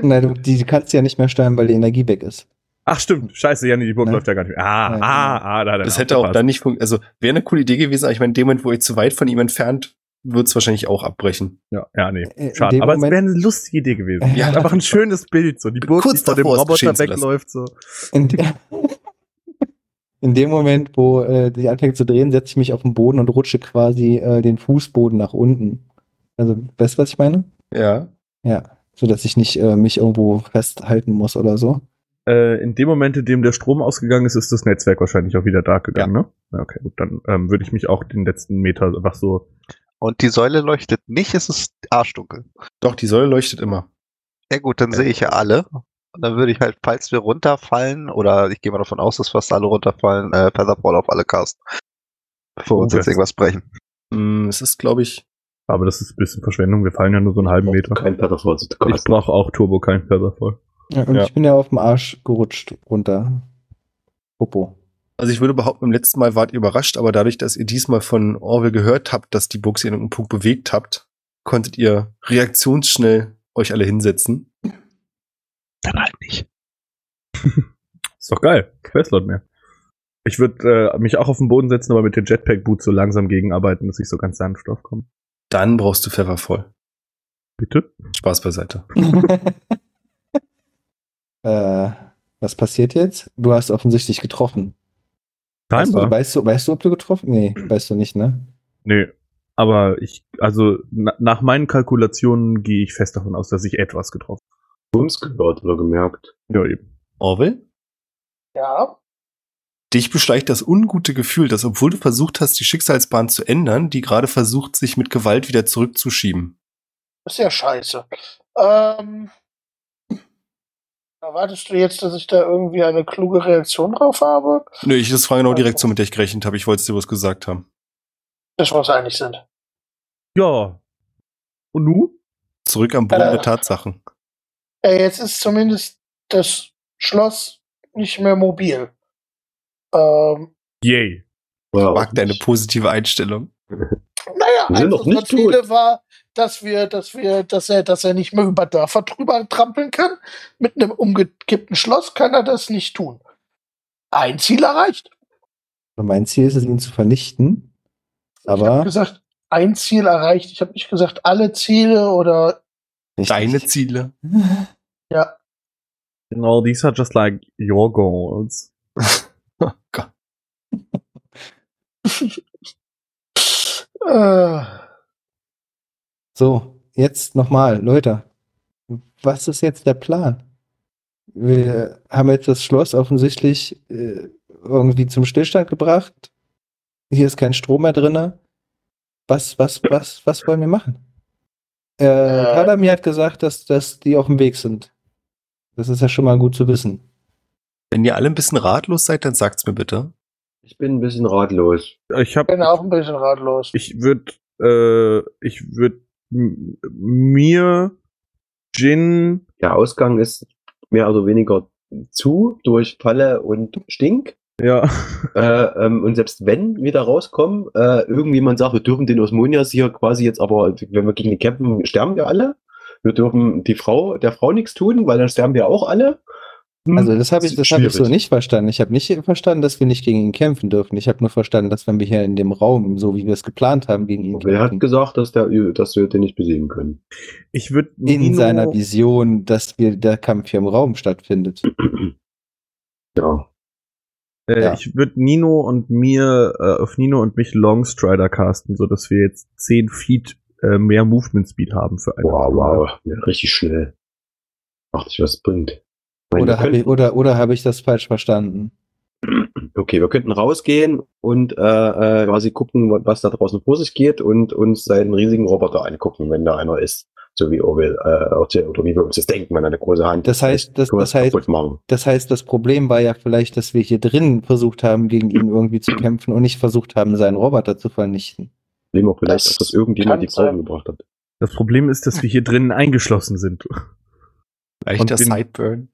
Speaker 2: Nein, du, die kannst du ja nicht mehr steuern, weil die Energie weg ist.
Speaker 4: Ach stimmt, scheiße, Janni, die Burg
Speaker 2: Ne?
Speaker 4: läuft ja gar nicht mehr.
Speaker 2: Ja,
Speaker 4: Ah, ah,
Speaker 2: genau.
Speaker 4: ah, da hat er
Speaker 1: Das hätte auch
Speaker 4: aufgepasst.
Speaker 1: dann nicht funktioniert. Also wäre eine coole Idee gewesen, aber ich meine, in dem Moment, wo ihr zu weit von ihm entfernt, wird es wahrscheinlich auch abbrechen.
Speaker 4: Ja, ja nee,
Speaker 2: In
Speaker 4: schade.
Speaker 2: dem
Speaker 4: Aber
Speaker 2: Moment-
Speaker 4: es wäre eine lustige Idee gewesen.
Speaker 1: Ja.
Speaker 4: einfach ein schönes Bild, so die Burg,
Speaker 1: Kurz
Speaker 4: die vor dem
Speaker 1: davor, es geschehen
Speaker 4: Roboter
Speaker 1: zu lassen.
Speaker 4: wegläuft, so.
Speaker 2: In, de [laughs] in dem Moment, wo äh, die anfängt zu drehen, setze ich mich auf den Boden und rutsche quasi äh, den Fußboden nach unten. Also, weißt du, was ich meine?
Speaker 1: Ja.
Speaker 2: Ja. So dass ich nicht äh, mich irgendwo festhalten muss oder so.
Speaker 4: Äh, in dem Moment, in dem der Strom ausgegangen ist, ist das Netzwerk wahrscheinlich auch wieder dark gegangen, ne? Ja, okay, gut, dann ähm, würde ich mich auch den letzten Meter einfach so.
Speaker 6: Und die Säule leuchtet nicht, es ist arschdunkel.
Speaker 1: Doch, die Säule leuchtet immer.
Speaker 6: Ja gut, dann sehe ich ja alle. Und dann würde ich halt, falls wir runterfallen, oder ich gehe mal davon aus, dass fast alle runterfallen, äh, Featherfall auf alle casten. Bevor wir uns
Speaker 4: Okay.
Speaker 6: jetzt irgendwas brechen.
Speaker 1: Hm, es ist, glaube ich,
Speaker 4: Aber das ist ein bisschen Verschwendung, wir fallen ja nur so einen
Speaker 1: Oh
Speaker 4: halben Meter.
Speaker 3: Kein Petterfall zu
Speaker 4: Ich brauche auch Turbo, kein Feather voll.
Speaker 2: Ja, und
Speaker 1: Ja.
Speaker 2: ich bin ja auf dem Arsch gerutscht runter. Popo.
Speaker 1: also ich würde behaupten, im letzten Mal wart ihr überrascht, aber dadurch, dass ihr diesmal von Orwell gehört habt, dass die Burg sie in irgendeinem Punkt bewegt habt, konntet ihr reaktionsschnell euch alle hinsetzen.
Speaker 6: Dann halt nicht.
Speaker 4: Ist doch geil. Questlot mehr. Ich würde äh, mich auch auf den Boden setzen, aber mit dem Jetpack-Boot so langsam gegenarbeiten, dass ich so ganz sanft aufkomme.
Speaker 1: Dann brauchst du Pfeffer voll.
Speaker 4: Bitte?
Speaker 1: Spaß beiseite.
Speaker 2: [laughs] äh, was passiert jetzt? Du hast offensichtlich getroffen. Weißt du,
Speaker 4: Scheinbar.
Speaker 2: weißt, du, weißt du, ob du getroffen? Nee, weißt du nicht, ne?
Speaker 4: Nee. Aber ich, also na, nach meinen Kalkulationen gehe ich fest davon aus, dass ich etwas getroffen
Speaker 3: Bums gehört oder gemerkt.
Speaker 4: habe. Ja, eben.
Speaker 1: Orwell?
Speaker 5: Ja.
Speaker 1: Dich beschleicht das ungute Gefühl, dass obwohl du versucht hast, die Schicksalsbahn zu ändern, die gerade versucht, sich mit Gewalt wieder zurückzuschieben.
Speaker 5: Ist ja scheiße. Ähm, erwartest du jetzt, dass ich da irgendwie eine kluge Reaktion drauf habe?
Speaker 1: Nö, ich das war genau die Reaktion, mit der ich gerechnet habe. Ich wollte es dir bloß gesagt haben.
Speaker 5: Dass wir uns einig sind.
Speaker 4: Ja. Und du?
Speaker 1: Zurück am Boden
Speaker 5: Äh.
Speaker 1: der Tatsachen.
Speaker 5: Äh, jetzt ist zumindest das Schloss nicht mehr mobil. Ähm,
Speaker 4: Yay.
Speaker 3: War
Speaker 1: Mag deine positive Einstellung.
Speaker 5: naja,
Speaker 3: Wir sind
Speaker 5: eins
Speaker 3: noch
Speaker 5: unserer
Speaker 3: nicht tot.
Speaker 5: Ziele war, dass wir, dass wir, dass er, dass er nicht mehr über Dörfer drüber trampeln kann. Mit einem umgekippten Schloss kann er das nicht tun. Ein Ziel erreicht.
Speaker 2: Und mein Ziel ist es, ihn zu vernichten.
Speaker 5: ich habe
Speaker 2: Aber
Speaker 5: gesagt, ein Ziel erreicht. Ich habe nicht gesagt, alle Ziele oder
Speaker 2: Richtig.
Speaker 1: Deine Ziele.
Speaker 5: ja,
Speaker 4: No, Genau, these are just like your goals.
Speaker 1: Oh Gott.
Speaker 5: Äh,
Speaker 2: So, jetzt nochmal, Leute. Was ist jetzt der Plan? Wir haben jetzt das Schloss offensichtlich äh, irgendwie zum Stillstand gebracht. Hier ist kein Strom mehr drin. Was, was, was, was wollen wir machen? Äh,
Speaker 5: Äh.
Speaker 2: Kadami hat gesagt, dass, dass die auf dem Weg sind. Das ist ja schon mal gut zu wissen.
Speaker 1: Wenn ihr alle ein bisschen ratlos seid, dann sagt's mir bitte.
Speaker 3: Ich bin ein bisschen ratlos.
Speaker 5: ich
Speaker 4: Ich
Speaker 5: bin
Speaker 2: Genau.
Speaker 4: habe
Speaker 5: auch ein bisschen ratlos.
Speaker 4: ich würde äh, ich würde mir Jin
Speaker 3: Der Ausgang ist mehr oder weniger zu durch Falle und Stink.
Speaker 4: ja [laughs]
Speaker 3: Äh, ähm, und selbst wenn wir da rauskommen, äh, irgendjemand sagt, wir dürfen den Osmonias hier quasi jetzt aber, wenn wir gegen die kämpfen, sterben wir alle. Wir dürfen die Frau, der Frau nichts tun, weil dann sterben wir auch alle. Hm.
Speaker 2: Also das habe
Speaker 3: Das
Speaker 2: ich,
Speaker 3: ist
Speaker 2: das habe ich so
Speaker 3: schwierig.
Speaker 2: nicht verstanden. Ich habe nicht verstanden, dass wir nicht gegen ihn kämpfen dürfen. Ich habe nur verstanden, dass wenn wir hier in dem Raum, so wie wir es geplant haben, gegen ihn
Speaker 3: Wer hat
Speaker 2: kämpfen,
Speaker 3: gesagt, dass, der, dass wir den nicht besiegen können? [clears throat]
Speaker 4: ich würde
Speaker 2: in seiner Vision, dass wir der Kampf hier im Raum stattfindet.
Speaker 3: Ja.
Speaker 4: Äh,
Speaker 2: Ja.
Speaker 4: Ich würde Nino und mir, äh, auf Nino und mich Longstrider casten, so dass wir jetzt 10 Feet äh, mehr Movement Speed haben für eine
Speaker 3: Wow,
Speaker 4: Runde.
Speaker 3: wow. Ja, richtig schnell. Ach, das was bringt. Meine,
Speaker 2: Oder
Speaker 3: wir
Speaker 2: habe
Speaker 3: könnten-
Speaker 2: ich, oder, oder habe ich das falsch verstanden?
Speaker 3: Okay, wir könnten rausgehen und äh, äh, quasi gucken, wa- was da draußen vor sich geht und uns seinen riesigen Roboter angucken, wenn da einer ist. So wie Orwell, äh, erzählt, oder wie wir uns das denken, wenn er eine große Hand
Speaker 2: Das heißt, das,
Speaker 3: Können wir
Speaker 2: das heißt,
Speaker 3: kaputt machen.
Speaker 2: das heißt, das Problem war ja vielleicht, dass wir hier drinnen versucht haben, gegen ihn irgendwie zu kämpfen und nicht versucht haben, seinen Roboter zu vernichten.
Speaker 3: Sehen wir vielleicht,
Speaker 5: Das
Speaker 3: ob das irgendjemand
Speaker 5: kann
Speaker 3: die Frau
Speaker 5: sein.
Speaker 3: gebracht hat.
Speaker 4: Das Problem ist, dass wir hier drinnen eingeschlossen sind.
Speaker 1: Leichter
Speaker 4: Und bin-
Speaker 1: Sideburn.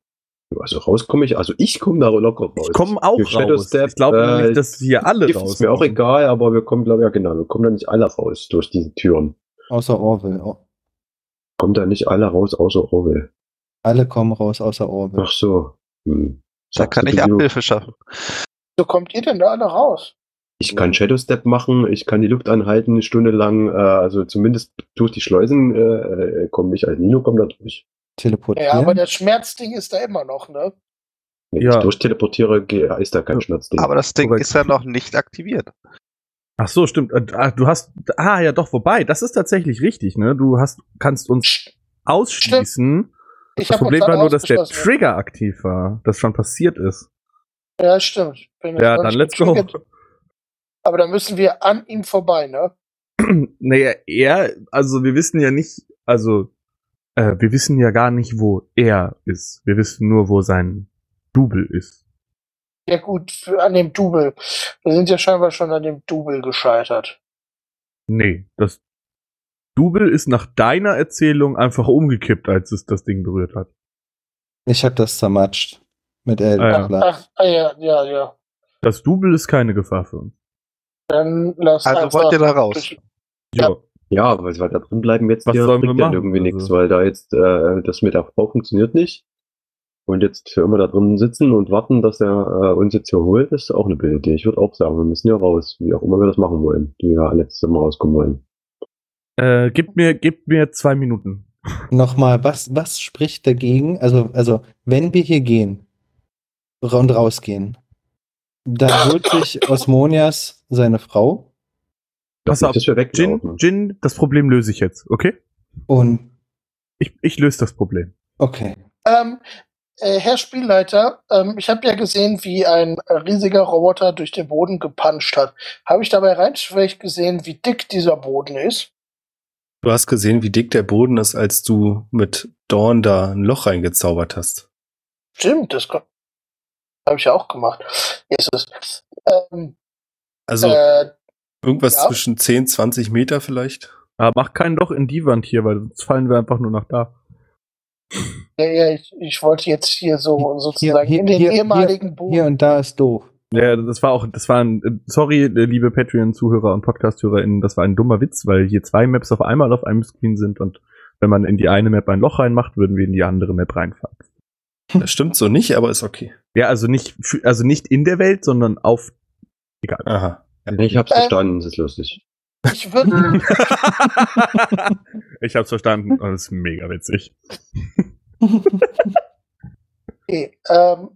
Speaker 3: Also rauskomme ich, also ich komme da locker raus.
Speaker 4: Ich komme auch
Speaker 3: Durch Shadow
Speaker 4: raus.
Speaker 3: Step,
Speaker 4: ich glaube
Speaker 3: äh,
Speaker 4: nämlich, dass wir alle
Speaker 3: Gift
Speaker 4: raus
Speaker 3: Ist mir auch egal, aber wir kommen, glaube ich, ja genau, wir kommen da nicht alle raus durch diese Türen.
Speaker 2: Außer Orwell. O-
Speaker 3: Kommen da nicht alle raus, außer Orwell.
Speaker 2: Alle kommen raus, außer Orwell.
Speaker 3: Ach so. Hm.
Speaker 6: Da kann ich Abhilfe schaffen.
Speaker 5: So kommt ihr denn da alle raus?
Speaker 3: Ich kann Shadow Step machen, ich kann die Luft anhalten, eine Stunde lang, äh, also zumindest durch die Schleusen äh, äh, komme ich als Nino kommt da durch.
Speaker 5: Ja, aber
Speaker 2: Teleportieren.
Speaker 5: das Schmerzding ist da immer noch, ne?
Speaker 3: Wenn
Speaker 4: Ja.
Speaker 3: ich durchteleportiere, geh- ist da kein
Speaker 4: Ja.
Speaker 3: Schmerzding.
Speaker 6: Aber das Ding
Speaker 4: Korrekt.
Speaker 6: ist ja noch nicht aktiviert.
Speaker 4: Ach so, stimmt. Äh, ah, Du hast ah ja doch wobei, das ist tatsächlich richtig, ne? Du hast kannst uns ausschließen.
Speaker 5: Ich
Speaker 4: Das
Speaker 5: hab
Speaker 4: Problem
Speaker 5: uns alle
Speaker 4: war nur, dass der
Speaker 5: ausgeschlossen.
Speaker 4: Trigger aktiv war, das schon passiert ist.
Speaker 5: Ja, stimmt. Wenn das
Speaker 4: Ja,
Speaker 5: noch
Speaker 4: dann
Speaker 5: nicht
Speaker 4: let's go.
Speaker 5: getriggert- Aber dann müssen wir an ihm vorbei, ne?
Speaker 4: Naja, er, also wir wissen ja nicht, also äh, wir wissen ja gar nicht, wo er ist. Wir wissen nur, wo sein Double ist.
Speaker 5: Ja gut, für, an dem Double. Wir sind ja scheinbar schon an dem Double gescheitert.
Speaker 4: Nee, das Double ist nach deiner Erzählung einfach umgekippt, als es das Ding berührt hat.
Speaker 2: Ich habe das zermatscht. Mit Elden.
Speaker 4: Ah, ja.
Speaker 2: klar.
Speaker 5: Ach, ah, ja, ja, ja.
Speaker 4: Das Double ist keine Gefahr für uns.
Speaker 5: Dann lass
Speaker 6: Also
Speaker 5: einfach
Speaker 6: wollt ihr da raus?
Speaker 5: durch-
Speaker 4: Ja.
Speaker 3: Ja, weil wir da drin bleiben jetzt
Speaker 4: Was
Speaker 3: hier
Speaker 4: sollen wir
Speaker 3: bringt ja
Speaker 4: machen?
Speaker 3: irgendwie
Speaker 4: Also-
Speaker 3: nichts, weil da jetzt äh, das mit der Frau funktioniert nicht. Und jetzt für immer da drin sitzen und warten, dass er äh, uns jetzt hier holt, ist auch eine blöde Idee. Ich würde auch sagen, wir müssen hier raus, wie auch immer wir das machen wollen, wie wir alle zusammen rauskommen wollen.
Speaker 4: Äh, gib mir, gib mir zwei Minuten.
Speaker 2: Nochmal, was, was spricht dagegen? Also, also, wenn wir hier gehen ra- und rausgehen, dann holt sich Osmonias seine Frau
Speaker 4: Pass
Speaker 3: Nicht,
Speaker 4: auf,
Speaker 3: dass wir
Speaker 4: Jin,
Speaker 3: weglaufen.
Speaker 4: Jin, das Problem löse ich jetzt, okay?
Speaker 2: und
Speaker 4: Ich, ich löse das Problem.
Speaker 2: okay.
Speaker 5: Ähm, äh, Herr Spielleiter, ähm, ich habe ja gesehen, wie ein riesiger Roboter durch den Boden gepanscht hat. Habe ich dabei rein schlecht gesehen, wie dick dieser Boden ist?
Speaker 1: Du hast gesehen, wie dick der Boden ist, als du mit Dorn da ein Loch reingezaubert hast.
Speaker 5: Stimmt, das kon- habe ich ja auch gemacht. Jesus. Ähm,
Speaker 1: Also
Speaker 5: äh,
Speaker 1: irgendwas
Speaker 5: ja.
Speaker 1: zwischen 10, 20 Meter vielleicht.
Speaker 4: Aber mach kein Loch in die Wand hier, weil sonst fallen wir einfach nur nach da.
Speaker 5: ja, ja, ich, ich wollte jetzt hier so sozusagen
Speaker 2: hier-
Speaker 5: in den
Speaker 2: hier-
Speaker 5: ehemaligen Boden.
Speaker 4: Oh.
Speaker 2: Hier und da ist doof.
Speaker 4: Ja, das war auch, das war ein, äh, sorry, äh, liebe Patreon-Zuhörer und Podcast-HörerInnen, das war ein dummer Witz, weil hier zwei Maps auf einmal auf einem Screen sind und wenn man in die eine Map ein Loch reinmacht, würden wir in die andere Map reinfahren.
Speaker 1: Das stimmt so nicht, aber ist okay.
Speaker 4: Ja, also nicht, für- also nicht in der Welt, sondern auf, [laughs] egal.
Speaker 1: Aha.
Speaker 3: Ich hab's
Speaker 5: Äh,
Speaker 3: verstanden, das ist lustig.
Speaker 2: [laughs]
Speaker 5: Ich würde
Speaker 4: ich hab's verstanden, das ist mega witzig.
Speaker 5: Okay, ähm,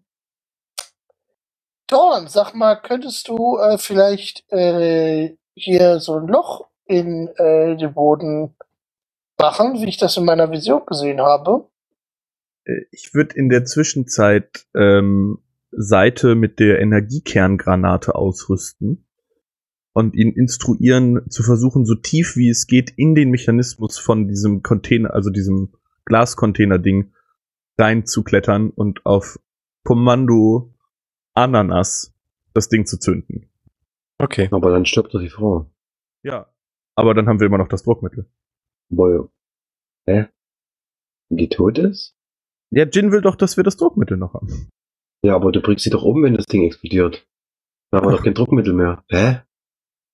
Speaker 5: Dorn, sag mal, könntest du äh, vielleicht äh, hier so ein Loch in äh, den Boden machen, wie ich das in meiner Vision gesehen habe?
Speaker 4: Äh, Ich würde in der Zwischenzeit ähm, Seite mit der Energiekerngranate ausrüsten und ihn instruieren, zu versuchen, so tief wie es geht, in den Mechanismus von diesem Container, also diesem Glascontainer-Ding reinzuklettern und auf Kommando Ananas das Ding zu zünden.
Speaker 1: Okay.
Speaker 3: Aber dann stirbt doch die Frau.
Speaker 4: Ja. Aber dann haben wir immer noch das Druckmittel.
Speaker 3: Boy. Hä? Wenn Die tot ist?
Speaker 4: Ja, Jin will doch, dass wir das Druckmittel noch haben.
Speaker 3: Ja, aber du bringst sie doch um, wenn das Ding explodiert. Dann haben wir doch kein Druckmittel mehr. Hä?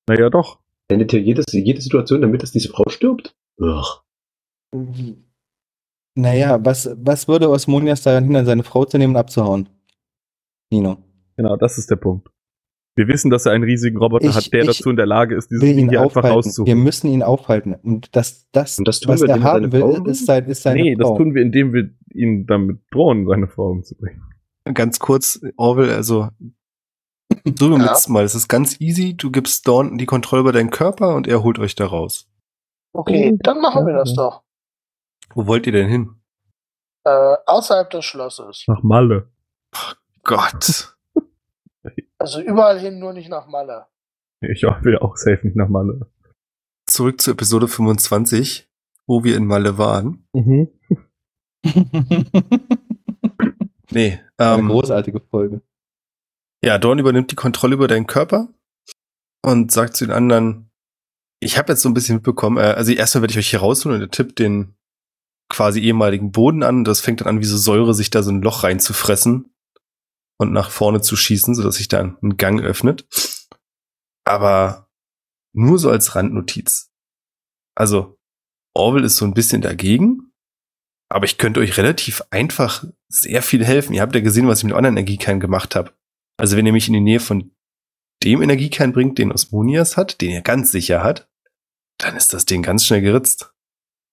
Speaker 4: Naja, doch.
Speaker 3: Endet hier jedes, jede Situation damit, dass diese Frau stirbt? Ugh.
Speaker 2: Naja, was, was würde Osmonias daran hindern, seine Frau zu nehmen und abzuhauen? Nino.
Speaker 4: Genau, das ist der Punkt. Wir wissen, dass er einen riesigen Roboter
Speaker 2: Ich-
Speaker 4: hat, der
Speaker 2: ich
Speaker 4: dazu in der Lage ist, dieses
Speaker 2: Will
Speaker 4: Ding
Speaker 2: ihn
Speaker 4: hier einfach
Speaker 2: aufhalten. Wir
Speaker 4: rauszuholen.
Speaker 2: müssen ihn aufhalten. Und das, das,
Speaker 3: Und das tun
Speaker 2: was
Speaker 3: wir,
Speaker 2: er
Speaker 3: indem wir
Speaker 2: haben
Speaker 3: seine
Speaker 2: will,
Speaker 3: Frau
Speaker 2: ist, sein, ist seine
Speaker 4: Nee, das
Speaker 2: Frau.
Speaker 4: tun wir, indem wir ihn damit drohen, seine Frau umzubringen.
Speaker 1: Ganz kurz, Orwell, also so
Speaker 5: Ja.
Speaker 1: bemitzt mal. Es ist ganz easy. Du gibst Dawn die Kontrolle über deinen Körper und er holt euch da raus.
Speaker 5: Okay,
Speaker 3: Oh,
Speaker 5: dann machen wir das
Speaker 3: okay.
Speaker 5: doch.
Speaker 1: Wo wollt ihr denn hin?
Speaker 5: Äh, außerhalb des Schlosses.
Speaker 4: Nach Malle.
Speaker 1: Gott.
Speaker 5: Also überall hin, nur nicht nach Malle.
Speaker 4: Ich will auch safe nicht nach Malle.
Speaker 1: Zurück zu Episode 25, wo wir in Malle waren.
Speaker 4: Mhm.
Speaker 2: [laughs]
Speaker 1: Nee,
Speaker 2: Eine
Speaker 1: ähm,
Speaker 2: großartige Folge.
Speaker 1: ja, Dawn übernimmt die Kontrolle über deinen Körper und sagt zu den anderen, ich habe jetzt so ein bisschen mitbekommen, äh, also erstmal werde ich euch hier rausholen und er tippt den quasi ehemaligen Boden an. Das fängt dann an, wie so Säure sich da so ein Loch reinzufressen und nach vorne zu schießen, sodass sich da ein Gang öffnet. Aber nur so als Randnotiz. Also, Orwell ist so ein bisschen dagegen, aber ich könnte euch relativ einfach sehr viel helfen. Ihr habt ja gesehen, was ich mit dem anderen Energiekern gemacht habe. Also, wenn ihr mich in die Nähe von dem Energiekern bringt, den Osmonias hat, den ihr ganz sicher hat, dann ist das Ding ganz schnell geritzt.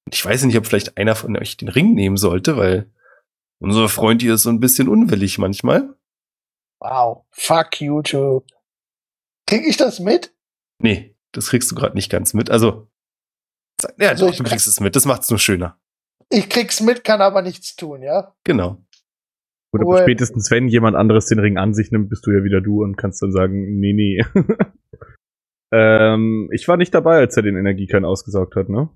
Speaker 1: Und ich weiß nicht, ob vielleicht einer von euch den Ring nehmen sollte, weil unser Freund hier ist so ein bisschen unwillig manchmal.
Speaker 5: Wow. Fuck YouTube. Krieg ich das mit?
Speaker 1: Nee, das kriegst du gerade nicht ganz mit. Also, sag- ja,
Speaker 5: Also
Speaker 1: doch,
Speaker 5: ich-
Speaker 1: du kriegst es mit. Das macht's nur schöner.
Speaker 5: Ich krieg's mit, kann aber nichts tun, ja?
Speaker 1: Genau.
Speaker 4: Gut,
Speaker 5: Cool.
Speaker 4: aber spätestens, wenn jemand anderes den Ring an sich nimmt, bist du ja wieder du und kannst dann sagen, nee, nee. [laughs] ähm, ich war nicht dabei, als er den Energiekern ausgesaugt hat, ne?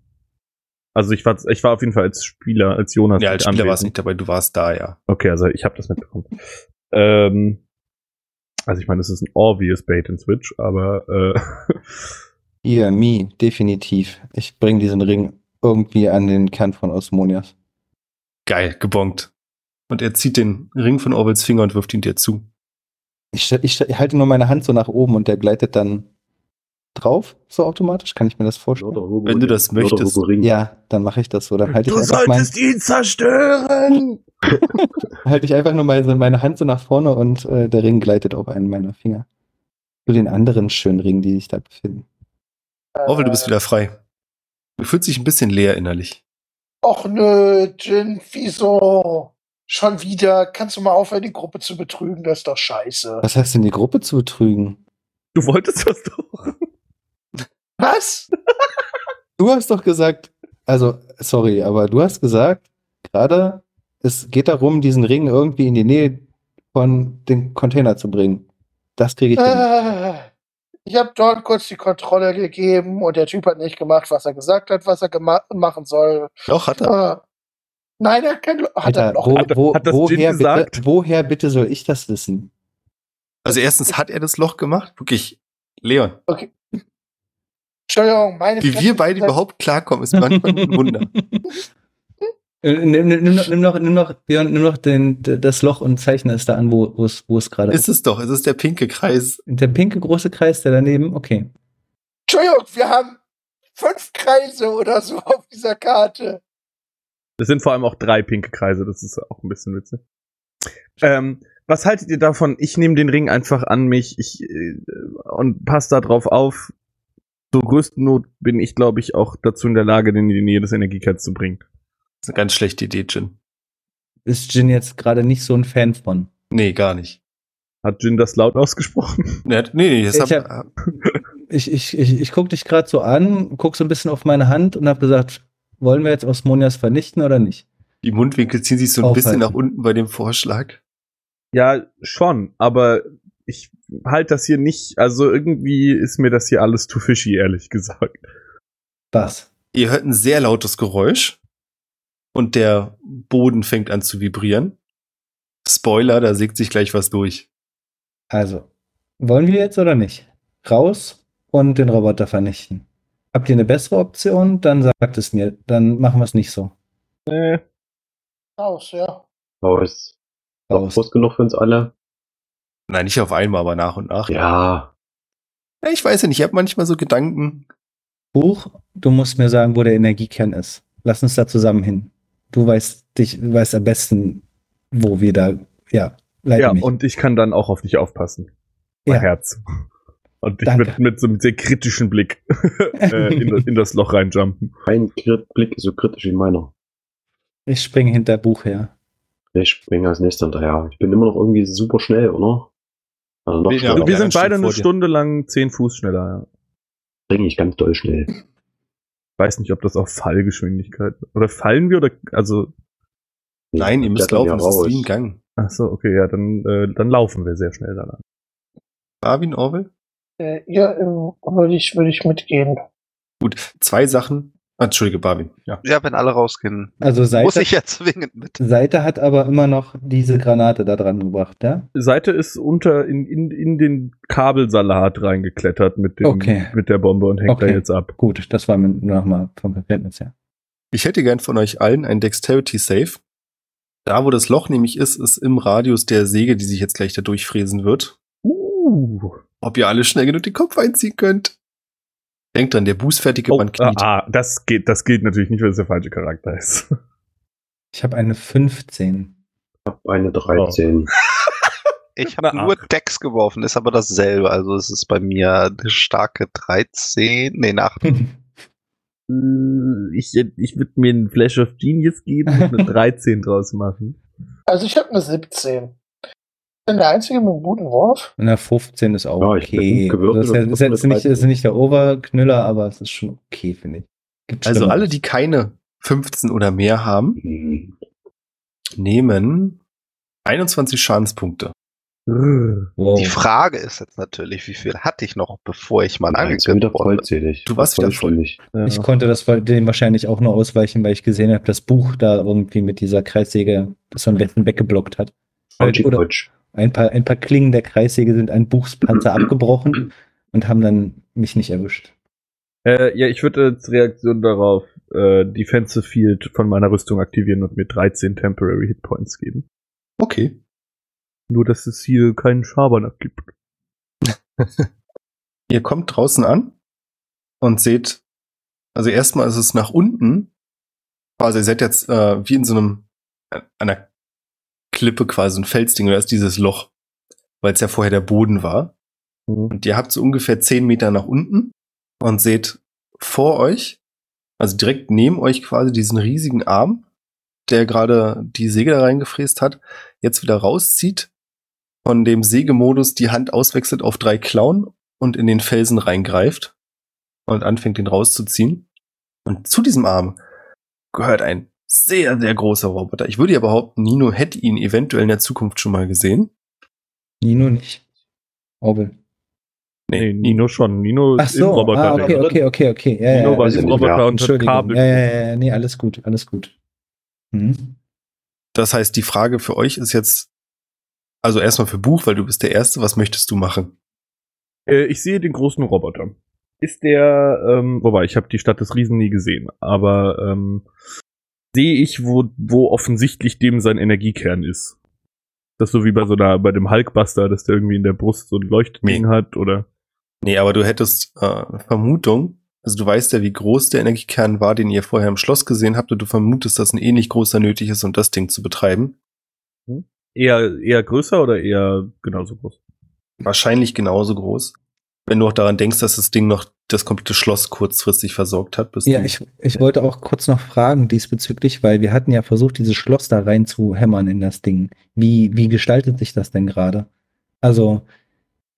Speaker 4: Also ich war, ich war auf jeden Fall als Spieler, als Jonas.
Speaker 1: Ja, als Spieler warst
Speaker 4: anwesend.
Speaker 1: du nicht dabei, du warst da, ja.
Speaker 4: Okay, also ich habe das mitbekommen. ähm, also ich meine, es ist ein obvious Bait and Switch, aber äh, [laughs]
Speaker 2: Hier, me, definitiv. Ich bringe diesen Ring irgendwie an den Kern von Osmonias.
Speaker 1: Geil, gebongt. Und er zieht den Ring von Orwells Finger und wirft ihn dir zu.
Speaker 2: Ich, stell- ich, stell- ich halte nur meine Hand so nach oben und der gleitet dann drauf, so automatisch. Kann ich mir das vorstellen?
Speaker 3: Lorder Hugo-
Speaker 1: Wenn du das
Speaker 3: Lorder
Speaker 1: möchtest.
Speaker 3: Hugo Ring.
Speaker 2: Ja, dann mache ich das so. Dann halte ich,
Speaker 4: du
Speaker 2: einfach mein,
Speaker 4: solltest ihn zerstören!
Speaker 2: halte halt ich einfach nur meine, meine Hand so nach vorne und äh, der Ring gleitet auf einen meiner Finger. Zu den anderen schönen Ringen, die sich da befinden.
Speaker 1: Orwell, du bist wieder frei. Du fühlst dich ein bisschen leer innerlich.
Speaker 5: Och nö, Jin, wieso? Schon wieder? Kannst du mal aufhören, die Gruppe zu betrügen? Das ist doch scheiße.
Speaker 2: Was heißt denn, die Gruppe zu betrügen?
Speaker 4: Du wolltest das doch.
Speaker 1: [laughs]
Speaker 5: Was?
Speaker 2: Du hast doch gesagt, also, sorry, aber du hast gesagt, gerade, es geht darum, diesen Ring irgendwie in die Nähe von dem Container zu bringen. Das kriege
Speaker 4: Äh,
Speaker 2: ich hin.
Speaker 5: Ah, Ich habe Don kurz die Kontrolle gegeben und der Typ hat nicht gemacht, was er gesagt hat, was er gema- machen soll.
Speaker 1: Doch, hat er.
Speaker 5: Ah. Nein, er kann, hat er
Speaker 2: Alter,
Speaker 5: noch.
Speaker 2: wo,
Speaker 4: hat-
Speaker 2: wo,
Speaker 4: hat das Jin
Speaker 2: woher, bitte,
Speaker 4: gesagt?
Speaker 2: woher bitte soll ich das wissen?
Speaker 1: Also erstens hat er das Loch gemacht. Wirklich, Leon,
Speaker 5: Entschuldigung, meine
Speaker 1: wie
Speaker 5: Fresse
Speaker 1: wir beide
Speaker 5: ist das-
Speaker 1: überhaupt klarkommen, ist manchmal
Speaker 2: [laughs]
Speaker 1: ein Wunder.
Speaker 2: Nimm, Äh, nimm, nimm, noch, nimm, noch, nimm, noch, Björn, nimm noch den, d- das Loch und zeichne es da an, wo wo es wo es gerade ist.
Speaker 1: Ist es doch, es ist der pinke Kreis.
Speaker 2: Der pinke große Kreis, der daneben, okay.
Speaker 5: Entschuldigung, wir haben fünf Kreise oder so [laughs] auf dieser Karte.
Speaker 4: Es sind vor allem auch drei pinke Kreise, das ist auch ein bisschen witzig. Ähm, was haltet ihr davon? Ich nehme den Ring einfach an mich ich, äh, und passe da drauf auf. Zur größten Not bin ich, glaube ich, auch dazu in der Lage, den in die Nähe des Energiekerns zu bringen.
Speaker 1: Das ist eine ganz schlechte Idee, Jin.
Speaker 2: ist Jin jetzt gerade nicht so ein Fan von.
Speaker 1: Nee, gar nicht.
Speaker 4: Hat Jin das laut [laughs] ausgesprochen?
Speaker 1: Nee, nee, das
Speaker 2: Ich
Speaker 1: hab,
Speaker 2: Ich, ich, ich, ich gucke dich gerade so an, guck so ein bisschen auf meine Hand und habe gesagt, wollen wir jetzt Osmonias vernichten oder nicht?
Speaker 1: die Mundwinkel ziehen sich so ein
Speaker 2: Aufhalten.
Speaker 1: bisschen nach unten bei dem Vorschlag.
Speaker 4: Ja, schon, aber ich halte das hier nicht, also irgendwie ist mir das hier alles too fishy, ehrlich gesagt.
Speaker 2: Was?
Speaker 1: Ihr hört ein sehr lautes Geräusch und der Boden fängt an zu vibrieren. Spoiler, da sägt sich gleich was durch.
Speaker 2: Also, wollen wir jetzt oder nicht? Raus und den Roboter vernichten. Habt ihr eine bessere Option? Dann sagt es mir. Dann machen wir es nicht so.
Speaker 4: Äh,
Speaker 5: Aus, ja.
Speaker 3: Raus. Auch
Speaker 2: Raus.
Speaker 3: groß genug für uns alle.
Speaker 1: Nein, nicht auf einmal, aber nach und nach.
Speaker 3: Ja.
Speaker 1: Ja, ich weiß ja nicht, ich habe manchmal so Gedanken.
Speaker 2: Buch, du musst mir sagen, wo der Energiekern ist. Lass uns da zusammen hin. Du weißt, dich weißt am besten, wo wir da. Ja, leite
Speaker 4: ja,
Speaker 2: mich.
Speaker 4: und ich kann dann auch auf dich aufpassen. Mein
Speaker 2: Ja.
Speaker 4: Herz. Und ich
Speaker 2: Danke.
Speaker 4: mit, mit so einem sehr kritischen Blick
Speaker 2: [laughs]
Speaker 4: äh, in, in das Loch reinjumpen.
Speaker 3: Kein Krit Blick so kritisch wie meiner.
Speaker 2: ich springe hinter Buch her.
Speaker 3: Ich springe als nächster hinterher. Ich bin immer noch irgendwie super schnell, oder? Also noch
Speaker 1: Nee, ja,
Speaker 3: schneller.
Speaker 1: wir
Speaker 4: Wir
Speaker 1: sind
Speaker 4: sind
Speaker 1: schon
Speaker 4: beide
Speaker 1: vor
Speaker 4: eine
Speaker 1: dir.
Speaker 4: Stunde lang zehn Fuß schneller. Ja.
Speaker 3: springe ich ganz doll schnell.
Speaker 4: Weiß nicht, ob das auf Fallgeschwindigkeit. Oder fallen wir oder also.
Speaker 1: Nein, ihr müsst laufen,
Speaker 3: Klettern ja
Speaker 1: das ist
Speaker 3: raus.
Speaker 1: wie ein Gang.
Speaker 4: Ach so, okay, ja, dann, äh, dann laufen wir sehr schnell danach.
Speaker 1: Marvin, Orwell?
Speaker 5: Äh, ja, ähm, würde ich, würde ich mitgehen.
Speaker 1: Gut, zwei Sachen. Ah, Entschuldige, Marvin. Ja.
Speaker 6: Ja, wenn alle rausgehen,
Speaker 2: Also
Speaker 6: muss
Speaker 2: Seite,
Speaker 6: ich ja zwingend mit.
Speaker 2: Seite hat aber immer noch diese Granate da dran gebracht, ja?
Speaker 4: Seite ist unter in, in, in den Kabelsalat reingeklettert mit, dem,
Speaker 2: Okay.
Speaker 4: mit der Bombe und hängt da
Speaker 2: Okay.
Speaker 4: jetzt ab.
Speaker 2: Gut, das war mir nochmal vom Verständnis her.
Speaker 1: Ich hätte gern von euch allen ein Dexterity Save. Da, wo das Loch nämlich ist, ist im Radius der Säge, die sich jetzt gleich da durchfräsen wird.
Speaker 4: Uh.
Speaker 1: Ob ihr alle schnell genug den Kopf einziehen könnt. Denkt dran, der bußfertige
Speaker 4: Oh,
Speaker 1: Mann kniet.
Speaker 4: ah, ah, das geht, das geht natürlich nicht, weil es der falsche Charakter ist. [laughs]
Speaker 2: Ich habe eine 15.
Speaker 3: Ich hab eine 13.
Speaker 6: Ich
Speaker 4: Na,
Speaker 6: habe nur Decks geworfen, ist aber dasselbe. Also es ist bei mir eine starke 13, nee, eine 8.
Speaker 4: ich ich würde mir einen Flash of Genius geben und
Speaker 6: [laughs]
Speaker 4: eine 13 draus machen.
Speaker 5: Also ich habe eine 17. Bin der Einzige mit einem guten Wurf.
Speaker 2: Na, 15 ist auch
Speaker 3: Ja, ich bin
Speaker 2: okay.
Speaker 3: gewürfelt
Speaker 2: Das ist, ja-
Speaker 3: und
Speaker 2: ist jetzt
Speaker 3: mit
Speaker 2: nicht, ist nicht der Oberknüller, aber es ist schon okay, finde ich. Gibt
Speaker 1: Also
Speaker 2: Schlimmeres.
Speaker 1: alle, die keine 15 oder mehr haben,
Speaker 3: Hm.
Speaker 1: nehmen 21 Schadenspunkte.
Speaker 2: Wow.
Speaker 6: Die
Speaker 1: Oh.
Speaker 6: Frage ist jetzt natürlich, wie viel hatte ich noch, bevor ich mal
Speaker 3: Nein, ich bin wieder
Speaker 6: angegriffen wurde?
Speaker 3: vollzählig.
Speaker 1: Du warst wieder voll.
Speaker 3: Vollständig.
Speaker 2: Ich konnte das bei dem wahrscheinlich auch nur ausweichen, weil ich gesehen habe, das Buch da irgendwie mit dieser Kreissäge das von Westen weggeblockt hat.
Speaker 3: Ouchie
Speaker 2: Oder-
Speaker 3: Potsch.
Speaker 2: Ein paar, ein paar Klingen der Kreissäge sind an Buchs Panzer abgebrochen und haben dann mich nicht erwischt.
Speaker 4: Äh, ja, ich würde als Reaktion darauf äh, Defensive Field von meiner Rüstung aktivieren und mir 13 Temporary Hitpoints geben.
Speaker 1: Okay.
Speaker 4: Nur, dass es hier keinen Schabernack gibt.
Speaker 1: Ihr kommt draußen an und seht, also erstmal ist es nach unten. Also ihr seid jetzt äh, wie in so einem, an einer Klippe quasi, ein Felsding, oder ist dieses Loch, weil es ja vorher der Boden war. Und ihr habt so ungefähr 10 Meter nach unten und seht vor euch, also direkt neben euch quasi diesen riesigen Arm, der gerade die Säge da reingefräst hat, jetzt wieder rauszieht, von dem Sägemodus die Hand auswechselt auf drei Klauen und in den Felsen reingreift und anfängt, den rauszuziehen. Und zu diesem Arm gehört ein sehr, sehr großer Roboter. Ich würde ja behaupten, Nino hätte ihn eventuell in der Zukunft schon mal gesehen.
Speaker 2: Nino nicht. Orwell.
Speaker 4: Nee, Nino schon. Nino
Speaker 2: Ach
Speaker 4: ist im
Speaker 2: so,
Speaker 4: Roboter.
Speaker 2: ah, okay,
Speaker 4: drin.
Speaker 2: okay, okay, okay. Ja,
Speaker 4: Nino
Speaker 2: ja,
Speaker 4: war
Speaker 2: also,
Speaker 4: im
Speaker 3: ja,
Speaker 4: Roboter unter dem
Speaker 2: Entschuldigung.
Speaker 4: Kabel.
Speaker 2: Ja, ja, ja, ja, nee, alles gut, alles gut. Hm.
Speaker 1: Das heißt, die Frage für euch ist jetzt, also erstmal für Buch, weil du bist der Erste, was möchtest du machen?
Speaker 4: Äh, ich sehe den großen Roboter. Ist der, ähm, wobei, ich habe die Stadt des Riesen nie gesehen, aber ähm, sehe ich, wo, wo offensichtlich dem sein Energiekern ist. Das ist so wie bei so einer, bei dem Hulkbuster, dass der irgendwie in der Brust so ein Leuchtding
Speaker 1: Nee.
Speaker 4: hat, oder?
Speaker 1: Nee, aber du hättest äh, Vermutung, also du weißt ja, wie groß der Energiekern war, den ihr vorher im Schloss gesehen habt und du vermutest, dass ein ähnlich großer nötig ist, um das Ding zu betreiben.
Speaker 4: Eher, eher größer oder eher genauso groß?
Speaker 1: Wahrscheinlich genauso groß. Wenn du auch daran denkst, dass das Ding noch das komplette Schloss kurzfristig versorgt hat. Bis
Speaker 2: Ja,
Speaker 1: die-
Speaker 2: ich, ich wollte auch kurz noch fragen diesbezüglich, weil wir hatten ja versucht, dieses Schloss da rein zu hämmern in das Ding. Wie, wie gestaltet sich das denn gerade? Also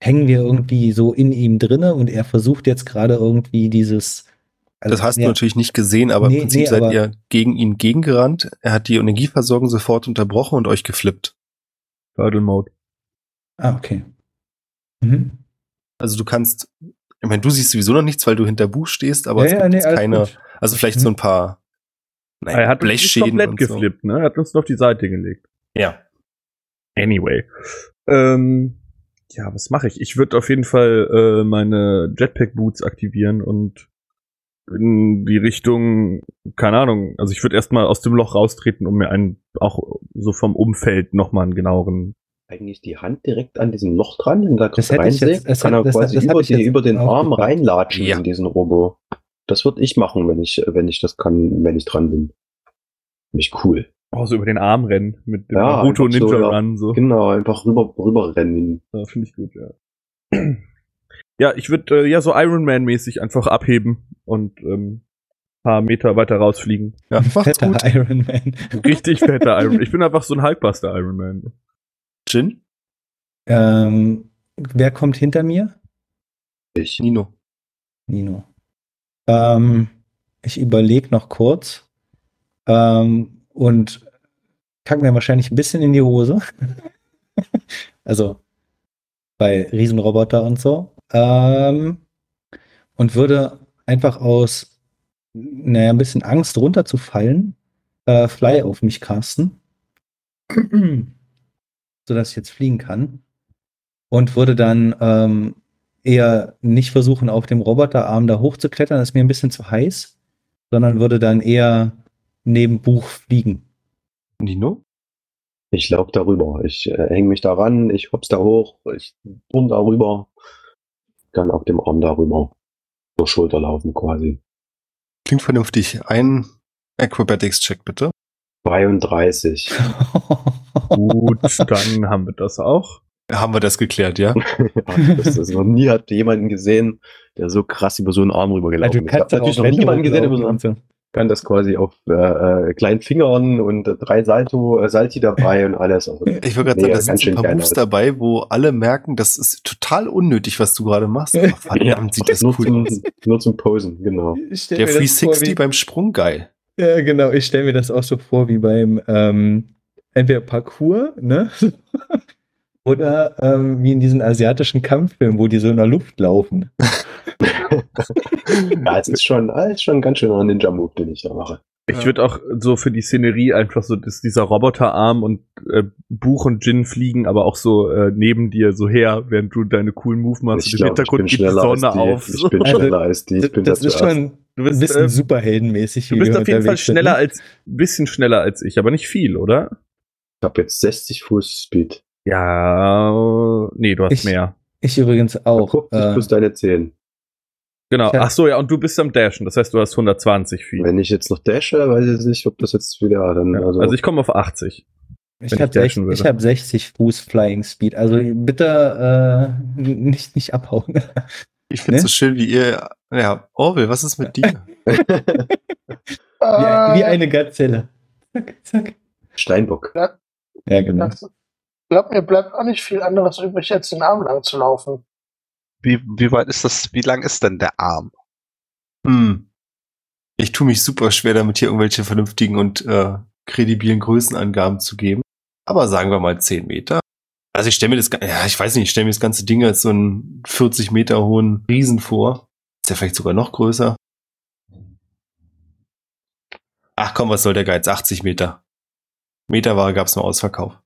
Speaker 2: hängen wir irgendwie so in ihm drinne und er versucht jetzt gerade irgendwie dieses. also,
Speaker 1: das hast du
Speaker 2: ja,
Speaker 1: natürlich nicht gesehen, aber
Speaker 2: Nee,
Speaker 1: im Prinzip
Speaker 2: nee,
Speaker 1: seid
Speaker 2: aber-
Speaker 1: ihr gegen ihn gegengerannt. Er hat die Energieversorgung sofort unterbrochen und euch geflippt.
Speaker 4: Battle Mode.
Speaker 2: Ah, okay. Mhm.
Speaker 1: Also du kannst, ich meine, du siehst sowieso noch nichts, weil du hinter Buch stehst, aber es
Speaker 2: Ja, ja,
Speaker 1: gibt
Speaker 2: nee,
Speaker 1: jetzt
Speaker 2: alles
Speaker 1: keine,
Speaker 2: gut.
Speaker 1: also vielleicht
Speaker 2: Mhm.
Speaker 1: so ein paar naja,
Speaker 4: er hat uns nicht
Speaker 1: Blechschäden
Speaker 4: komplett
Speaker 1: und so.
Speaker 4: geflippt, ne? Er hat uns noch die Seite gelegt.
Speaker 1: Ja.
Speaker 4: Anyway. Ähm, ja, was mache ich? Ich würde auf jeden Fall äh, meine Jetpack-Boots aktivieren und in die Richtung, keine Ahnung, also ich würde erstmal aus dem Loch raustreten, um mir einen, auch so vom Umfeld nochmal einen genaueren.
Speaker 3: Eigentlich die Hand direkt an diesem Loch dran und da
Speaker 2: Das
Speaker 3: kannst du
Speaker 2: hätte ich jetzt-
Speaker 3: reinsägen,
Speaker 2: das
Speaker 3: kann er
Speaker 2: hätte- das-
Speaker 3: quasi
Speaker 2: das
Speaker 3: über,
Speaker 2: habe ich
Speaker 3: die,
Speaker 2: jetzt
Speaker 3: über den
Speaker 2: auch
Speaker 3: Arm
Speaker 2: gefragt.
Speaker 3: reinlatschen
Speaker 1: Ja.
Speaker 3: in diesen Robo. Das würde ich machen, wenn ich, wenn ich das kann, wenn ich dran bin. Mich cool.
Speaker 4: Oh, so über den Arm rennen mit dem
Speaker 3: Ja,
Speaker 4: Naruto
Speaker 3: einfach
Speaker 4: Ninja
Speaker 3: so, ja.
Speaker 4: Run. So.
Speaker 3: Genau, einfach rüber, rüber rennen.
Speaker 4: Ja, Finde ich gut, ja. Ja, ich würde äh, ja so Iron Man-mäßig einfach abheben und ähm, paar Meter weiter
Speaker 3: [laughs]
Speaker 4: rausfliegen.
Speaker 2: [laughs]
Speaker 1: ja macht's
Speaker 2: Fetter
Speaker 1: gut.
Speaker 2: Iron Man.
Speaker 4: Richtig fetter Iron Man. Ich bin einfach so ein Hulkbuster Iron Man.
Speaker 1: Jin,
Speaker 2: Ähm, wer kommt hinter mir?
Speaker 3: Ich.
Speaker 1: Nino.
Speaker 2: Nino. Ähm, ich überlege noch kurz ähm, und kack mir wahrscheinlich ein bisschen in die Hose. [laughs] also bei Riesenroboter und so. Ähm, und würde einfach aus, naja, ein bisschen Angst runterzufallen, äh, Fly auf mich casten. [clears throat] Sodass ich jetzt fliegen kann. Und würde dann ähm, eher nicht versuchen, auf dem Roboterarm da hochzuklettern, das ist mir ein bisschen zu heiß, sondern würde dann eher neben Buch
Speaker 4: [laughs]
Speaker 2: fliegen.
Speaker 1: Nino?
Speaker 3: Ich laub darüber. Ich äh, hänge mich da ran, ich hops da hoch, ich turm da rüber. Dann auf dem Arm darüber. Zur Schulter laufen quasi.
Speaker 1: Klingt vernünftig. Ein Acrobatics-Check bitte.
Speaker 3: 32.
Speaker 4: Gut, dann
Speaker 3: [laughs]
Speaker 4: haben wir das auch.
Speaker 1: Haben wir das geklärt, ja?
Speaker 3: Ja, das ist noch nie hat jemanden gesehen, der so krass über so einen Arm rübergelaufen ist. Ich hab natürlich noch nie jemanden gesehen, der
Speaker 2: also.
Speaker 3: über so einen Arm kann das quasi auf äh, äh, kleinen Fingern und äh, drei Salto, äh, Salti dabei und alles. Also,
Speaker 1: Ich würde gerade sagen, da
Speaker 3: Nee, ganz
Speaker 1: sind so
Speaker 3: schön
Speaker 1: ein paar
Speaker 3: geil
Speaker 1: Moves
Speaker 3: aus.
Speaker 1: dabei, wo alle merken, das ist total unnötig, was du gerade
Speaker 3: [laughs]
Speaker 1: machst. Aber verdammt, sieht das
Speaker 3: nur,
Speaker 1: cool
Speaker 3: zum,
Speaker 1: aus.
Speaker 3: nur zum Posen, genau.
Speaker 1: Der 360 beim Sprung, geil.
Speaker 2: Ja, genau. Ich stelle mir das auch so vor wie beim ähm, entweder Parkour, ne? [laughs] Oder ähm, wie in diesen asiatischen Kampffilmen, wo die so in der Luft laufen.
Speaker 3: Ja, es ist schon, ah, es ist schon ein ganz schöner Ninja-Move, den ich da mache.
Speaker 4: Ich
Speaker 1: Ja.
Speaker 4: würde auch so für die Szenerie einfach so dass dieser Roboterarm und äh, Buch und Jin fliegen, aber auch so äh, neben dir so her, während du deine coolen Move machst.
Speaker 3: ich
Speaker 4: Und Im
Speaker 3: glaub,
Speaker 4: Hintergrund geht die
Speaker 3: als
Speaker 4: Sonne
Speaker 3: die.
Speaker 4: auf.
Speaker 3: Ich
Speaker 4: [laughs]
Speaker 3: bin
Speaker 2: Also,
Speaker 3: schneller als die. Ich bin
Speaker 2: das
Speaker 3: da
Speaker 2: ist
Speaker 3: zuerst.
Speaker 2: schon
Speaker 4: Du
Speaker 2: ein
Speaker 4: bist,
Speaker 2: bisschen
Speaker 4: äh,
Speaker 2: superheldenmäßig.
Speaker 4: du
Speaker 2: wie
Speaker 4: bist
Speaker 2: wir
Speaker 4: auf jeden Fall
Speaker 2: unterwegs sind, ne?
Speaker 4: schneller als, bisschen schneller als ich, aber nicht viel, oder?
Speaker 3: Ich habe jetzt 60 Fuß Speed.
Speaker 4: Ja, nee, du hast
Speaker 2: Ich-
Speaker 4: mehr.
Speaker 2: Ich übrigens auch.
Speaker 3: 50
Speaker 2: Äh,
Speaker 3: plus deine 10.
Speaker 4: Genau.
Speaker 2: Ich hab-
Speaker 4: Ach so, ja, und du bist am Dashen. Das heißt, du hast 120 viel.
Speaker 3: Wenn ich jetzt noch dashe, weiß ich nicht, ob das jetzt wieder dann.
Speaker 4: Ja,
Speaker 3: also,
Speaker 4: also ich komme auf 80. wenn
Speaker 2: ich
Speaker 4: ich
Speaker 2: habe
Speaker 4: dashen
Speaker 2: 60,
Speaker 4: würde.
Speaker 2: hab 60 Fuß Flying Speed. Also bitte äh, [laughs] nicht, nicht abhauen.
Speaker 1: Ich finde es so
Speaker 2: Ne?
Speaker 1: schön, wie ihr. Ja, Orwell, was ist mit dir?
Speaker 2: Wie, ein- wie
Speaker 5: Äh,
Speaker 2: eine Gazelle. Zack, zack.
Speaker 3: Steinbock.
Speaker 2: Ja, genau.
Speaker 5: das- Glaub mir, bleibt auch nicht viel anderes übrig, jetzt den Arm lang zu laufen.
Speaker 6: Wie, wie weit ist das, wie lang ist denn der Arm?
Speaker 1: Hm. Ich tue mich super schwer damit, hier irgendwelche vernünftigen und äh, kredibilen Größenangaben zu geben. Aber sagen wir mal 10 Meter. Also ich stelle mir das, ga- ja, ich weiß nicht, ich stelle mir das ganze Ding als so einen 40 Meter hohen Riesen vor. Ist ja vielleicht sogar noch größer. Ach komm, was soll der Geiz? 80 Meter. Meterware gab's nur Ausverkauf.
Speaker 3: Kann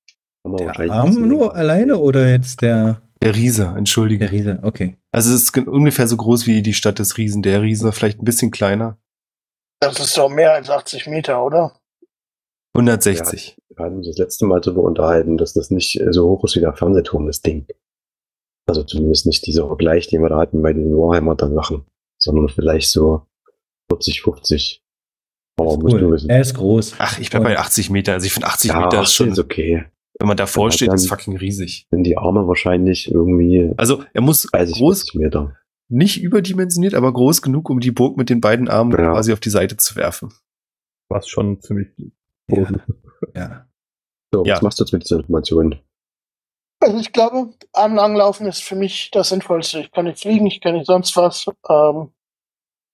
Speaker 3: man
Speaker 2: Der
Speaker 3: wahrscheinlich
Speaker 2: Arm
Speaker 3: sehen.
Speaker 2: nur alleine oder jetzt der,
Speaker 1: Der Riese, entschuldige.
Speaker 2: der Riese? Okay.
Speaker 1: Also es ist ge- ungefähr so groß wie die Stadt des Riesen. Der Riese vielleicht ein bisschen kleiner.
Speaker 5: Das ist doch mehr als 80 Meter, oder?
Speaker 1: 160.
Speaker 3: Wir hatten uns das letzte Mal darüber unterhalten, dass das nicht äh, so hoch ist wie der Fernsehturm, das Ding. Also zumindest nicht dieser Vergleich, den wir da hatten bei den Warhammer dann Sachen, sondern vielleicht so 40, 50. Aber musst du
Speaker 2: Cool. Äh,
Speaker 3: wissen.
Speaker 2: Er ist groß.
Speaker 1: Ach, ich bleib bei 80 Meter. Also ich finde 80
Speaker 3: ja,
Speaker 1: Meter
Speaker 3: 80
Speaker 1: ist schon
Speaker 3: ist okay.
Speaker 7: Wenn man davor
Speaker 3: Ja,
Speaker 7: steht,
Speaker 3: dann-
Speaker 7: ist fucking riesig.
Speaker 3: Sind die Arme wahrscheinlich irgendwie,
Speaker 1: Also er muss
Speaker 3: 30,
Speaker 1: groß,
Speaker 3: 40 Meter.
Speaker 1: nicht überdimensioniert, aber groß genug, um die Burg mit den beiden Armen
Speaker 3: Ja.
Speaker 1: quasi auf die Seite zu werfen.
Speaker 4: Was schon ziemlich.
Speaker 2: Ja. ja.
Speaker 3: So,
Speaker 1: Ja.
Speaker 3: was machst du jetzt mit dieser Information?
Speaker 5: Also ich glaube, am Langlaufen ist für mich das Sinnvollste. Ich kann nicht fliegen, ich kann nicht sonst was. Ähm,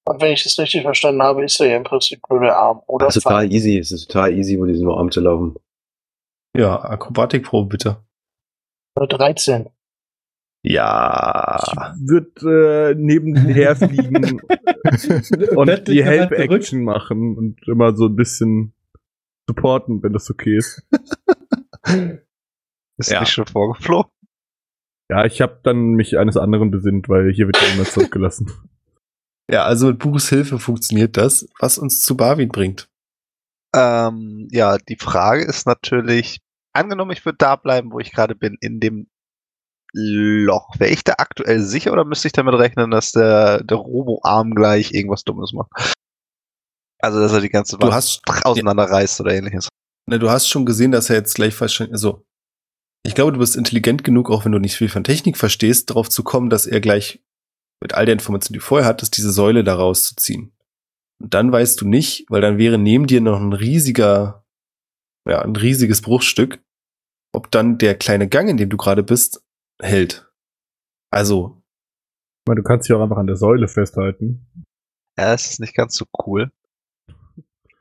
Speaker 5: und wenn ich das richtig verstanden habe, ist er ja im Prinzip nur der Arm. Oder
Speaker 2: Also
Speaker 3: Das ist total easy, es ist total easy, mit diesem Arm zu laufen.
Speaker 1: Ja, Akrobatikprobe bitte.
Speaker 5: 13.
Speaker 1: Ja.
Speaker 4: Ich würde äh,
Speaker 3: [laughs]
Speaker 4: nebenher fliegen und die Help-Action machen und immer so ein bisschen supporten, wenn das okay ist.
Speaker 6: Ist
Speaker 1: Ja.
Speaker 6: nicht schon vorgeflogen?
Speaker 4: Ja, ich habe dann mich eines anderen besinnt, weil hier wird ja niemand zurückgelassen.
Speaker 1: Ja, also mit Buchs Hilfe funktioniert das, was uns zu Barwin bringt.
Speaker 6: Ähm, ja, die Frage ist natürlich, angenommen, ich würde da bleiben, wo ich gerade bin, in dem Loch. Wäre ich da aktuell sicher oder müsste ich damit rechnen, dass der, der Robo-Arm gleich irgendwas Dummes macht? Also, dass er die ganze
Speaker 1: Du
Speaker 6: Wand
Speaker 1: hast,
Speaker 6: [laughs] auseinanderreißt oder ähnliches.
Speaker 1: ne, du hast schon gesehen, dass er jetzt gleich wahrscheinlich, also, ich glaube, du bist intelligent genug, auch wenn du nicht viel von Technik verstehst, darauf zu kommen, dass er gleich mit all der Information, die du vorher hattest, diese Säule da rauszuziehen. Und dann weißt du nicht, weil dann wäre neben dir noch ein riesiger, ja, ein riesiges Bruchstück, ob dann der kleine Gang, in dem du gerade bist, hält. Also,
Speaker 4: Ich meine, du kannst dich auch einfach an der Säule festhalten.
Speaker 6: Ja, es ist nicht ganz so cool.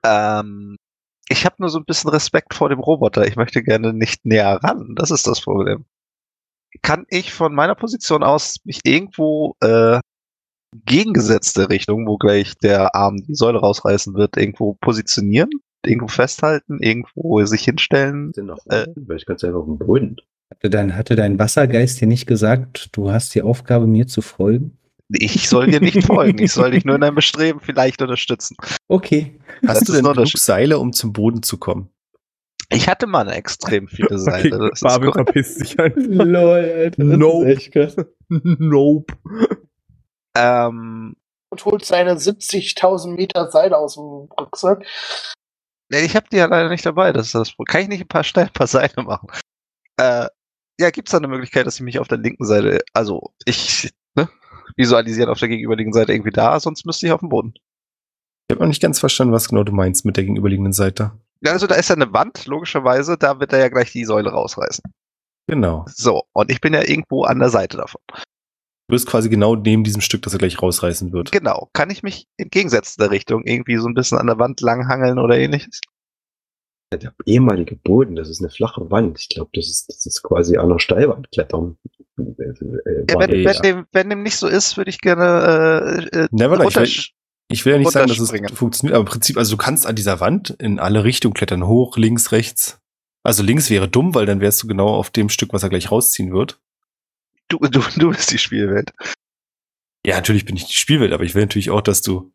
Speaker 6: Ähm, ich habe nur so ein bisschen Respekt vor dem Roboter. Ich möchte gerne nicht näher ran. Das ist das Problem. Kann ich von meiner Position aus mich irgendwo äh, gegengesetzte Richtung, wo gleich der Arm die Säule rausreißen wird, irgendwo positionieren, irgendwo festhalten, irgendwo sich hinstellen?
Speaker 3: Sind noch
Speaker 6: Äh.
Speaker 3: Vielleicht kannst du einfach auf dem Boden.
Speaker 2: Hatte, dein, hatte dein Wassergeist dir nicht gesagt, du hast die Aufgabe, mir zu folgen?
Speaker 6: Ich soll dir nicht folgen. Ich soll dich nur
Speaker 4: [laughs]
Speaker 6: in deinem Bestreben vielleicht unterstützen.
Speaker 2: Okay.
Speaker 1: hast
Speaker 6: Das
Speaker 1: du
Speaker 6: ist
Speaker 1: denn
Speaker 6: ein
Speaker 1: genug
Speaker 6: Unterschied.
Speaker 1: Seile, um zum Boden zu kommen?
Speaker 6: Ich hatte mal eine extrem viele Seite.
Speaker 4: Okay,
Speaker 6: Das ist
Speaker 4: Barbie
Speaker 6: korrekt.
Speaker 4: verpisst sich halt. einfach.
Speaker 2: Lol, Alter.
Speaker 4: das ist Nope.
Speaker 2: echt krass.
Speaker 4: [laughs] nope.
Speaker 6: Ähm,
Speaker 5: Und holt seine 70.000 Meter Seil aus dem Rucksack.
Speaker 6: Nee, ich habe die ja leider nicht dabei. Das ist das Problem. Kann ich nicht ein paar Steine, ein paar Seile machen? Äh, ja, gibt's da eine Möglichkeit, dass ich mich auf der linken Seite, also ich ne, visualisieren auf der gegenüberliegenden Seite irgendwie da, sonst müsste ich auf dem Boden.
Speaker 1: Ich habe noch nicht ganz verstanden, was genau du meinst mit der gegenüberliegenden Seite.
Speaker 6: Ja, also da ist ja eine Wand, logischerweise, da wird er ja gleich die Säule rausreißen.
Speaker 1: Genau.
Speaker 6: So, und ich bin ja irgendwo an der Seite davon.
Speaker 1: Du bist quasi genau neben diesem Stück, das er gleich rausreißen wird.
Speaker 6: Genau, kann ich mich in gegensätzter Richtung irgendwie so ein bisschen an der Wand langhangeln oder ähnliches?
Speaker 3: Ja, Der ehemalige Boden, das ist eine flache Wand. Ich glaube, das ist, das ist quasi an einer Steilwand klettern. Äh, äh,
Speaker 6: Ja,
Speaker 3: Wand.
Speaker 6: wenn, wenn, dem, wenn dem nicht so ist, würde ich gerne äh, äh,
Speaker 1: Never ich,
Speaker 6: runter,
Speaker 1: will, ich will ja nicht sagen, dass es
Speaker 6: runterspringen.
Speaker 1: funktioniert, aber im Prinzip, also du kannst an dieser Wand in alle Richtungen klettern, hoch, links, rechts. Also links wäre dumm, weil dann wärst du genau auf dem Stück, was er gleich rausziehen wird.
Speaker 6: du, du, du bist die Spielwelt.
Speaker 1: Ja, natürlich bin ich die Spielwelt, aber ich will natürlich auch, dass du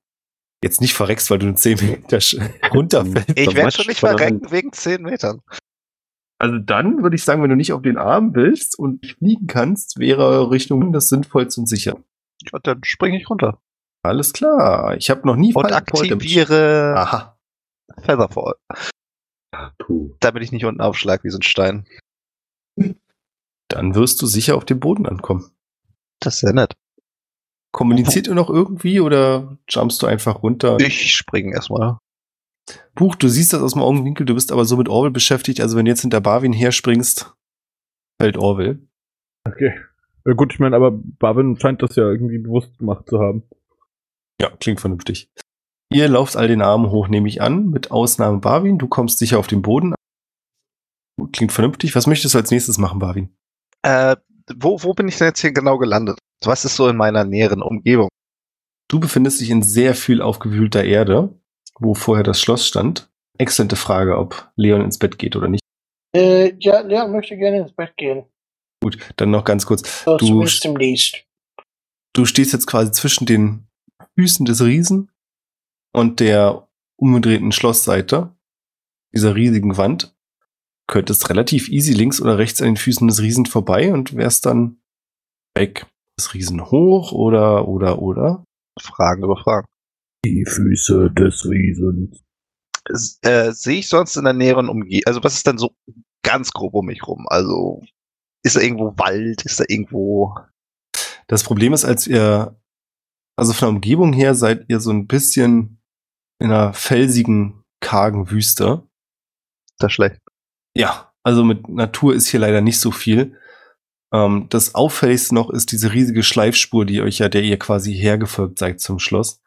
Speaker 1: jetzt nicht verreckst, weil du einen 10 Meter sch- [laughs] runterfällst.
Speaker 6: Ich werde
Speaker 3: Matsch
Speaker 6: schon nicht
Speaker 3: von der
Speaker 6: verrecken wegen 10 Metern.
Speaker 1: Also dann würde ich sagen, wenn du nicht auf den Arm willst und nicht fliegen kannst, wäre Richtung das sinnvollste und sicher.
Speaker 6: Ja, dann springe ich runter.
Speaker 1: Alles klar. Ich habe noch nie
Speaker 6: Und
Speaker 1: Fallenpoint im-
Speaker 6: aktiviere
Speaker 1: Aha.
Speaker 6: Featherfall,
Speaker 3: Ah, puh.
Speaker 6: damit ich nicht unten aufschlag wie so ein Stein.
Speaker 1: Dann wirst du sicher auf dem Boden ankommen.
Speaker 6: Das ist ja nett.
Speaker 1: Kommuniziert ihr noch irgendwie oder jumpst du einfach runter?
Speaker 6: Ich springe erstmal.
Speaker 1: Buch, du siehst das aus dem Augenwinkel, du bist aber so mit Orwell beschäftigt, also wenn du jetzt hinter Barwin herspringst, fällt Orwell.
Speaker 4: Okay. Äh, gut, ich meine, aber Barbin scheint das ja irgendwie bewusst gemacht zu haben.
Speaker 1: Ja, klingt vernünftig. Ihr lauft all den Armen hoch, nehme ich an, mit Ausnahme Barwin, du kommst sicher auf den Boden. Klingt vernünftig. Was möchtest du als nächstes machen, Barwin?
Speaker 6: Äh, wo, wo bin ich denn jetzt hier genau gelandet? Was ist so in meiner näheren Umgebung?
Speaker 1: Du befindest dich in sehr viel aufgewühlter Erde, wo vorher das Schloss stand. Exzellente Frage, ob Leon ins Bett geht oder nicht.
Speaker 5: Äh, ja, Leon möchte gerne ins Bett gehen.
Speaker 1: Gut, dann noch ganz kurz.
Speaker 5: So,
Speaker 1: Du
Speaker 5: zumindest demnächst.
Speaker 1: du stehst jetzt quasi zwischen den Füßen des Riesen und der umgedrehten Schlossseite dieser riesigen Wand. Könntest relativ easy links oder rechts an den Füßen des Riesen vorbei und wärst dann weg. Das Riesen hoch oder, oder, oder.
Speaker 6: Fragen über Fragen.
Speaker 4: Die Füße des Riesens.
Speaker 6: S- Äh, Sehe ich sonst in der näheren Umgebung? Also was ist denn so ganz grob um mich rum. Also ist da irgendwo Wald, ist da irgendwo.
Speaker 1: Das Problem ist, als ihr, also von der Umgebung her seid ihr so ein bisschen in einer felsigen, kargen Wüste.
Speaker 6: Das ist schlecht.
Speaker 1: Ja, also mit Natur ist hier leider nicht so viel. Ähm, das auffälligste noch ist diese riesige Schleifspur, die euch ja, der ihr quasi hergefolgt seid zum Schloss.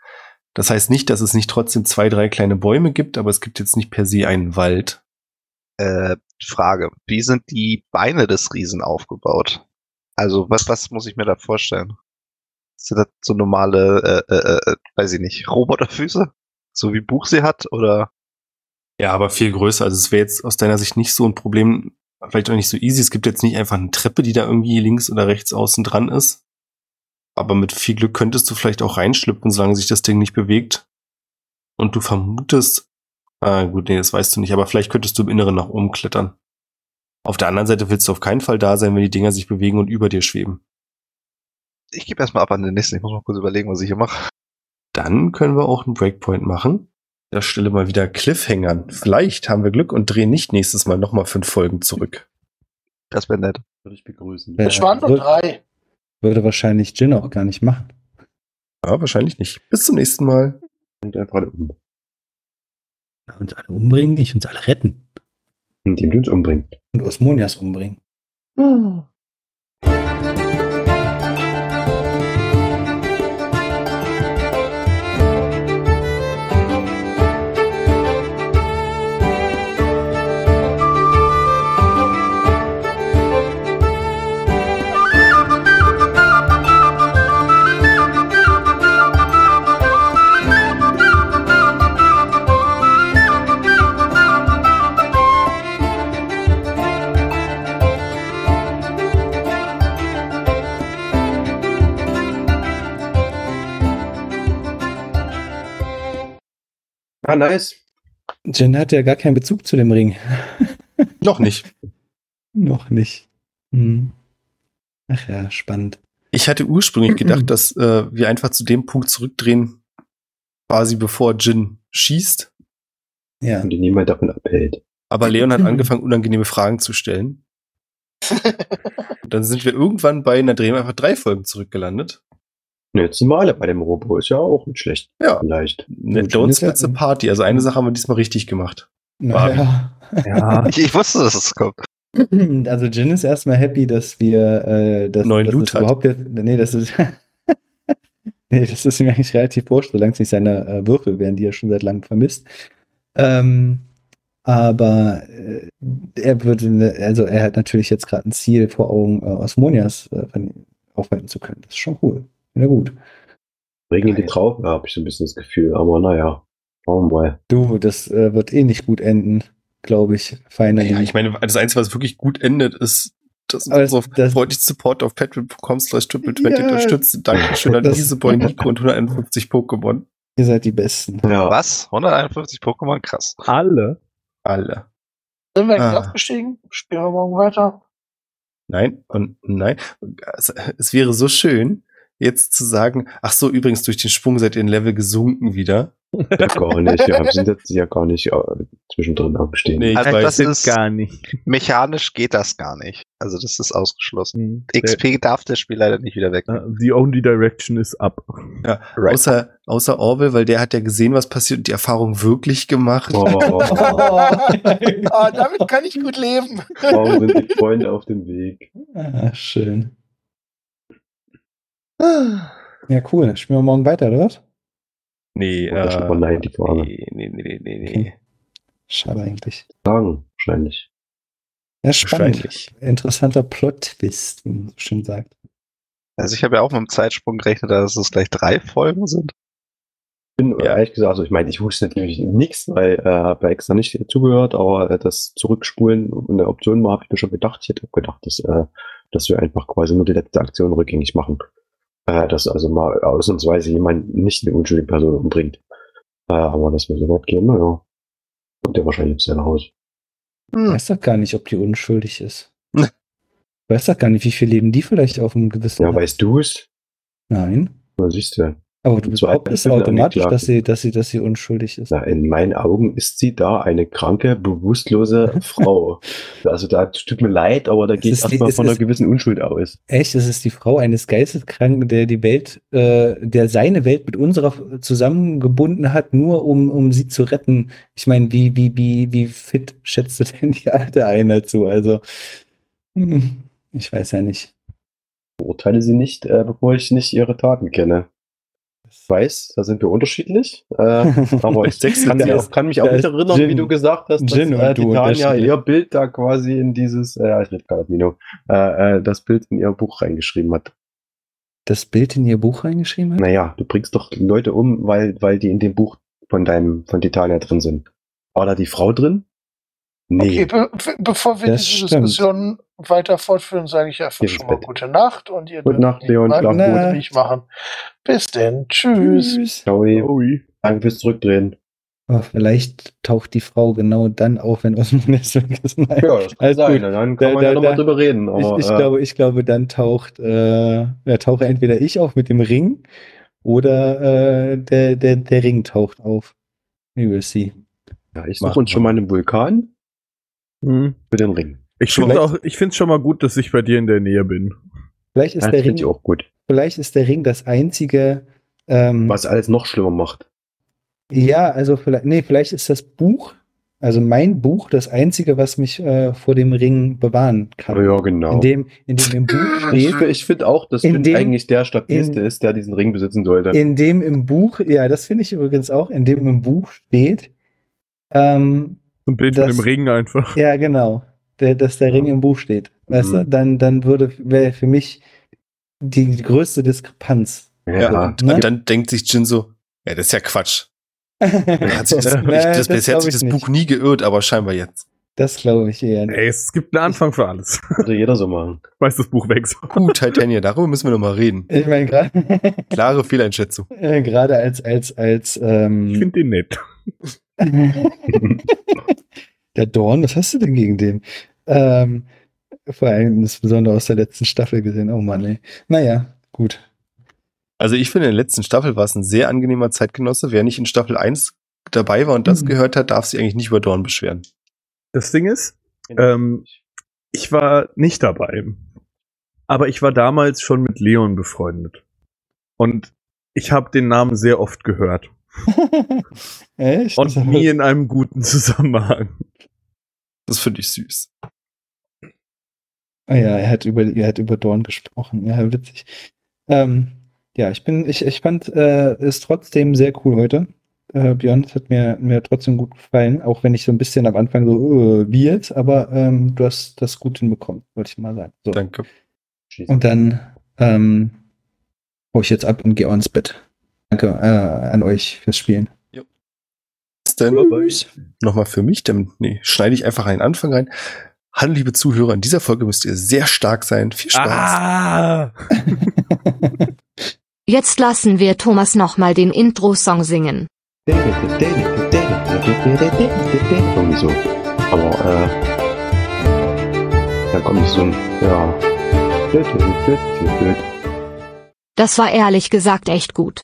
Speaker 1: Das heißt nicht, dass es nicht trotzdem zwei, drei kleine Bäume gibt, aber es gibt jetzt nicht per se einen Wald.
Speaker 6: Äh, Frage: Wie sind die Beine des Riesen aufgebaut? Also, was, was muss ich mir da vorstellen? Sind das so normale, äh, äh, äh, weiß ich nicht, Roboterfüße? So wie Buch sie hat? Oder?
Speaker 1: Ja, aber viel größer. Also es wäre jetzt aus deiner Sicht nicht so ein Problem, vielleicht auch nicht so easy. Es gibt jetzt nicht einfach eine Treppe, die da irgendwie links oder rechts außen dran ist. Aber mit viel Glück könntest du vielleicht auch reinschlüpfen, solange sich das Ding nicht bewegt. Und du vermutest, ah gut, nee, das weißt du nicht, aber vielleicht könntest du im Inneren nach oben klettern. Auf der anderen Seite willst du auf keinen Fall da sein, wenn die Dinger sich bewegen und über dir schweben.
Speaker 6: Ich gebe erstmal ab an den nächsten. Ich muss mal kurz überlegen, was ich hier mache.
Speaker 1: Dann können wir auch einen Breakpoint machen. Der Stelle mal wieder Cliffhängern. Vielleicht haben wir Glück und drehen nicht nächstes Mal nochmal fünf Folgen zurück.
Speaker 6: Das wäre nett.
Speaker 3: Würde ich begrüßen.
Speaker 2: Ja.
Speaker 5: Es waren nur
Speaker 2: Wird-
Speaker 5: drei.
Speaker 2: Würde wahrscheinlich Jin auch gar nicht machen.
Speaker 1: Ja, wahrscheinlich nicht. Bis zum nächsten Mal.
Speaker 3: Und er gerade um.
Speaker 7: Uns alle umbringen, nicht uns alle retten.
Speaker 3: Indem du uns umbringst.
Speaker 2: Und Osmonias umbringen.
Speaker 3: Ah, nice.
Speaker 2: Jen hat ja gar keinen Bezug zu dem Ring.
Speaker 1: Noch nicht.
Speaker 2: Noch nicht. Hm. Ach ja, spannend.
Speaker 1: Ich hatte
Speaker 2: [clears throat]
Speaker 1: ursprünglich gedacht, dass äh, wir einfach zu dem Punkt zurückdrehen, quasi bevor Jin schießt.
Speaker 2: Ja.
Speaker 3: Und die niemand davon abhält.
Speaker 1: Aber Leon
Speaker 2: [clears throat]
Speaker 1: hat angefangen, unangenehme Fragen zu stellen. Und dann sind wir irgendwann bei, na drehen wir einfach drei Folgen zurückgelandet.
Speaker 3: Ne, jetzt sind wir alle bei dem Robo. Ist ja auch nicht schlecht.
Speaker 1: Ja.
Speaker 3: Vielleicht.
Speaker 1: Ne,
Speaker 2: Jin
Speaker 1: Don't
Speaker 2: ist ja-
Speaker 1: split the party. Also eine Sache haben wir diesmal richtig gemacht.
Speaker 2: Naja.
Speaker 4: Ja,
Speaker 6: Ich, ich wusste, dass es kommt.
Speaker 2: [laughs] Also Jin ist erstmal happy, dass wir äh, dass,
Speaker 1: Neuen
Speaker 2: dass
Speaker 1: Loot
Speaker 2: es
Speaker 1: hat.
Speaker 2: überhaupt jetzt, nee, das ist [laughs] nee, das ist mir eigentlich relativ wurscht, solange es nicht seine äh, Würfel wären, die er schon seit langem vermisst. Ähm, aber äh, er würde, ne- also er hat natürlich jetzt gerade ein Ziel vor Augen, äh, Osmonias äh, von- aufhalten zu können. Das ist schon cool. Na gut.
Speaker 3: Regen in die Traufe, ja, habe ich so ein bisschen das Gefühl. Aber naja. Schauen wir mal.
Speaker 2: Du, das äh, wird eh nicht gut enden, glaube ich. Finally.
Speaker 1: Ja, ich meine, das Einzige, was wirklich gut endet, ist, dass du
Speaker 2: Aber das-
Speaker 1: unsere
Speaker 2: das-
Speaker 1: freundlich Support auf patreon.com slash triple 20
Speaker 2: Ja.
Speaker 1: unterstützt. Dankeschön an
Speaker 2: Das-
Speaker 1: diese
Speaker 2: [laughs]
Speaker 1: Boy Nico und 151 Pokémon.
Speaker 2: Ihr seid
Speaker 1: [laughs]
Speaker 2: die Besten.
Speaker 3: Ja.
Speaker 6: Was? 151 Pokémon? Krass.
Speaker 4: alle.
Speaker 1: Alle.
Speaker 5: Sind wir in den
Speaker 1: Ah.
Speaker 5: Knast gestiegen? Spielen wir morgen weiter.
Speaker 1: Nein und nein. Es, es wäre so schön, jetzt zu sagen, ach so, übrigens, durch den Sprung seid ihr ein Level gesunken wieder.
Speaker 3: Ja, gar nicht. Ja, wir sind jetzt ja gar nicht äh, zwischendrin abgestiegen.
Speaker 1: Nee, ich
Speaker 6: Also
Speaker 1: weiß.
Speaker 6: das ist-
Speaker 4: gar nicht.
Speaker 6: Mechanisch geht das gar nicht. Also das ist ausgeschlossen.
Speaker 4: XP.
Speaker 6: XP darf das Spiel leider nicht wieder weg.
Speaker 4: The only direction is up.
Speaker 1: Ja,
Speaker 6: Right.
Speaker 1: außer, außer Orwell, weil der hat ja gesehen, was passiert und die Erfahrung wirklich gemacht.
Speaker 3: Oh,
Speaker 5: Ah, damit kann ich gut leben.
Speaker 3: warum sind die Freunde auf dem Weg?
Speaker 2: Ah, schön. Ja, cool. Dann Spielen wir morgen weiter, oder was?
Speaker 1: Nee, äh,
Speaker 3: Oder schon mal nein, die Frage.
Speaker 1: nee, nee, nee, nee, nee.
Speaker 2: Okay. Schade eigentlich.
Speaker 3: Sagen, wahrscheinlich.
Speaker 2: Ja, spannend.
Speaker 1: Wahrscheinlich.
Speaker 2: Interessanter Plot-Twist, wie man so schön sagt.
Speaker 6: Also ich habe ja auch mit dem Zeitsprung gerechnet, dass es gleich drei Folgen sind.
Speaker 3: bin
Speaker 1: Ja.
Speaker 3: ehrlich gesagt, also ich meine, ich wusste natürlich nichts, weil äh, bei extra nicht zugehört, aber äh, das Zurückspulen eine Option war, habe ich mir schon gedacht. Ich hätte auch gedacht, dass, äh, dass wir einfach quasi nur die letzte Aktion rückgängig machen. Äh, dass also mal ausnahmsweise jemand nicht eine unschuldige Person umbringt. Äh, aber dass wir so weit gehen, naja. Kommt ja wahrscheinlich zu seinem Haus.
Speaker 2: Ich
Speaker 1: Hm.
Speaker 2: weiß doch gar nicht, ob die unschuldig ist.
Speaker 1: Ne.
Speaker 2: Ich weiß doch gar nicht, wie viel Leben die vielleicht auf dem Gewissen
Speaker 3: Ja,
Speaker 2: hat.
Speaker 3: weißt du es?
Speaker 2: Nein.
Speaker 3: Na, siehst du.
Speaker 2: Aber du
Speaker 3: Zu
Speaker 2: behauptest
Speaker 3: Alter,
Speaker 2: automatisch,
Speaker 3: Angeklagte.
Speaker 2: dass sie, dass sie, dass sie unschuldig ist.
Speaker 3: Na, in meinen Augen ist sie da eine
Speaker 2: [laughs]
Speaker 3: kranke, bewusstlose Frau. Also da tut mir leid, aber da
Speaker 2: Es
Speaker 3: geht
Speaker 2: ist die-
Speaker 3: erstmal
Speaker 2: es
Speaker 3: von einer
Speaker 2: ist-
Speaker 3: gewissen Unschuld aus.
Speaker 2: Echt, es ist die Frau eines Geisteskranken, der die Welt, äh, der seine Welt mit unserer zusammengebunden hat, nur um, um sie zu retten. Ich meine, wie, wie, wie, wie fit schätzt du denn die alte ein dazu? Also, hm, ich weiß ja nicht.
Speaker 3: Beurteile sie nicht, äh, bevor ich nicht ihre Taten kenne. Ich weiß, da sind wir unterschiedlich.
Speaker 2: [laughs]
Speaker 3: Äh, aber ich kann,
Speaker 2: Da
Speaker 3: sie
Speaker 2: ist-
Speaker 3: auch, kann mich auch
Speaker 2: da
Speaker 3: nicht
Speaker 2: ist
Speaker 3: erinnern, wie
Speaker 2: Jin.
Speaker 3: du gesagt hast,
Speaker 2: Jin und
Speaker 3: äh,
Speaker 2: du
Speaker 3: Titania
Speaker 2: unterschiedlich.
Speaker 3: ihr Bild da quasi in dieses, äh, ich rede gerade mit Nino, äh, äh, das Bild in ihr Buch reingeschrieben hat.
Speaker 2: das Bild in ihr Buch reingeschrieben hat?
Speaker 3: Naja, du bringst doch Leute um, weil, weil die in dem Buch von deinem, von Titania drin sind. War da die Frau drin?
Speaker 5: Okay,
Speaker 3: Nee.
Speaker 5: be be bevor wir
Speaker 2: Das
Speaker 5: diese
Speaker 2: stimmt.
Speaker 5: Diskussion weiter fortführen, sage ich einfach
Speaker 3: Geh ins
Speaker 5: schon mal
Speaker 3: Bett.
Speaker 5: gute Nacht und ihr
Speaker 3: Gute Nacht, Leon,
Speaker 5: Nacht,
Speaker 3: schlaf
Speaker 2: gut.
Speaker 5: nicht machen. Bis denn, tschüss.
Speaker 3: Ciao,
Speaker 4: Ui.
Speaker 3: danke fürs Zurückdrehen.
Speaker 2: Aber Oh, vielleicht taucht die Frau genau dann auf, wenn [laughs] Osman es vergessen hat.
Speaker 3: Ja, das kann
Speaker 2: Alles
Speaker 3: sein. ne?
Speaker 2: gut.
Speaker 3: Dann kann
Speaker 2: Da-
Speaker 3: man
Speaker 2: da-
Speaker 3: ja nochmal
Speaker 2: da-
Speaker 3: drüber reden.
Speaker 2: Ich,
Speaker 3: Aber,
Speaker 2: ich,
Speaker 3: äh,
Speaker 2: glaube, ich glaube, dann taucht, äh, ja, tauche entweder ich auf mit dem Ring oder äh, der, der, der Ring taucht auf. We will see.
Speaker 3: ja, ich
Speaker 1: Machen
Speaker 3: suche uns schon mal einen Vulkan
Speaker 2: Mhm.
Speaker 4: Hm.
Speaker 3: für den Ring.
Speaker 4: Ich finde
Speaker 2: Vielleicht-
Speaker 4: auch, ich find's schon mal gut, dass ich bei dir in der Nähe bin.
Speaker 2: Vielleicht ist,
Speaker 3: das
Speaker 2: der
Speaker 3: finde ich
Speaker 2: Ring,
Speaker 3: auch gut.
Speaker 2: vielleicht ist der Ring das einzige. Ähm,
Speaker 3: Was alles noch schlimmer macht.
Speaker 2: Ja, also vielleicht, nee, vielleicht ist das Buch, also mein Buch, das einzige, was mich äh, vor dem Ring bewahren kann.
Speaker 3: Ja, genau.
Speaker 2: In dem, in dem im Buch
Speaker 3: [laughs] Ich,
Speaker 2: steht,
Speaker 3: fi- ich finde auch, dass
Speaker 2: In
Speaker 3: Finn
Speaker 2: dem-
Speaker 3: eigentlich der stabilste
Speaker 2: in-
Speaker 3: ist, der diesen Ring besitzen sollte.
Speaker 2: In dem im Buch, ja, das finde ich übrigens auch, in dem im Buch steht, ähm,
Speaker 4: Und bin
Speaker 2: Das-
Speaker 4: mit dem Regen einfach.
Speaker 2: ja, genau, der, dass der Ring im Buch steht. Weißt du,
Speaker 3: Mhm.
Speaker 2: dann, dann würde, wäre für mich die größte Diskrepanz.
Speaker 1: Ja.
Speaker 2: Ne?
Speaker 1: Und dann denkt sich Jin so, ja, das ist ja
Speaker 2: [laughs]
Speaker 1: Quatsch. Er hat sich das,
Speaker 2: Nee,
Speaker 1: ich, das, bisher hat
Speaker 2: glaub
Speaker 1: sich
Speaker 2: ich
Speaker 1: das
Speaker 2: nicht.
Speaker 1: Buch nie geirrt, aber scheinbar jetzt.
Speaker 2: Das glaube ich eher nicht.
Speaker 4: Ey, es gibt einen Anfang für alles.
Speaker 3: Könnte jeder
Speaker 2: [laughs]
Speaker 3: so machen.
Speaker 4: Weiß das Buch weg. so.
Speaker 1: Uh, Titania, darüber müssen wir nochmal reden.
Speaker 2: Ich meine, gerade
Speaker 1: Klare Fehleinschätzung.
Speaker 2: [laughs] äh, gerade als, als, als, ähm,
Speaker 4: Ich finde den nett.
Speaker 2: [laughs] Der Dorn, was hast du denn gegen den? Ähm, vor allem insbesondere aus der letzten Staffel gesehen. Oh Mann, ey. Naja, gut. [laughs]
Speaker 1: Also ich finde, in der letzten Staffel war es ein sehr angenehmer Zeitgenosse. Wer nicht in Staffel 1 dabei war und das
Speaker 2: Mhm.
Speaker 1: gehört hat, darf sich eigentlich nicht über Dorn beschweren.
Speaker 4: Das Ding ist, ähm, ich war nicht dabei. Aber ich war damals schon mit Leon befreundet. Und ich habe den Namen sehr oft gehört.
Speaker 2: Echt? [laughs]
Speaker 4: Und nie in einem guten Zusammenhang.
Speaker 1: Das finde ich süß.
Speaker 2: Ah ja, er hat über, er hat über Dorn gesprochen. Ja, witzig. Ähm, ja, ich bin, ich, ich fand äh, es trotzdem sehr cool heute. Äh, Björn, es hat mir, mir trotzdem gut gefallen, auch wenn ich so ein bisschen am Anfang so, äh, wie jetzt, aber ähm, du hast das gut hinbekommen, wollte ich mal sagen. So.
Speaker 1: Danke.
Speaker 3: Schießen.
Speaker 2: Und dann ähm, hau ich jetzt ab und gehe auch ins Bett. Danke äh, an euch fürs Spielen.
Speaker 1: Was denn?
Speaker 2: [laughs]
Speaker 1: Nochmal für mich, dann nee, schneide ich einfach einen Anfang rein. Hallo, liebe Zuhörer, in dieser Folge müsst ihr sehr stark sein. Viel Spaß.
Speaker 4: Ah!
Speaker 8: Jetzt lassen wir Thomas nochmal den Intro-Song singen.
Speaker 3: Irgendwie so. Aber, äh, da kommt nicht so ein, ja.
Speaker 8: Das war ehrlich gesagt echt gut.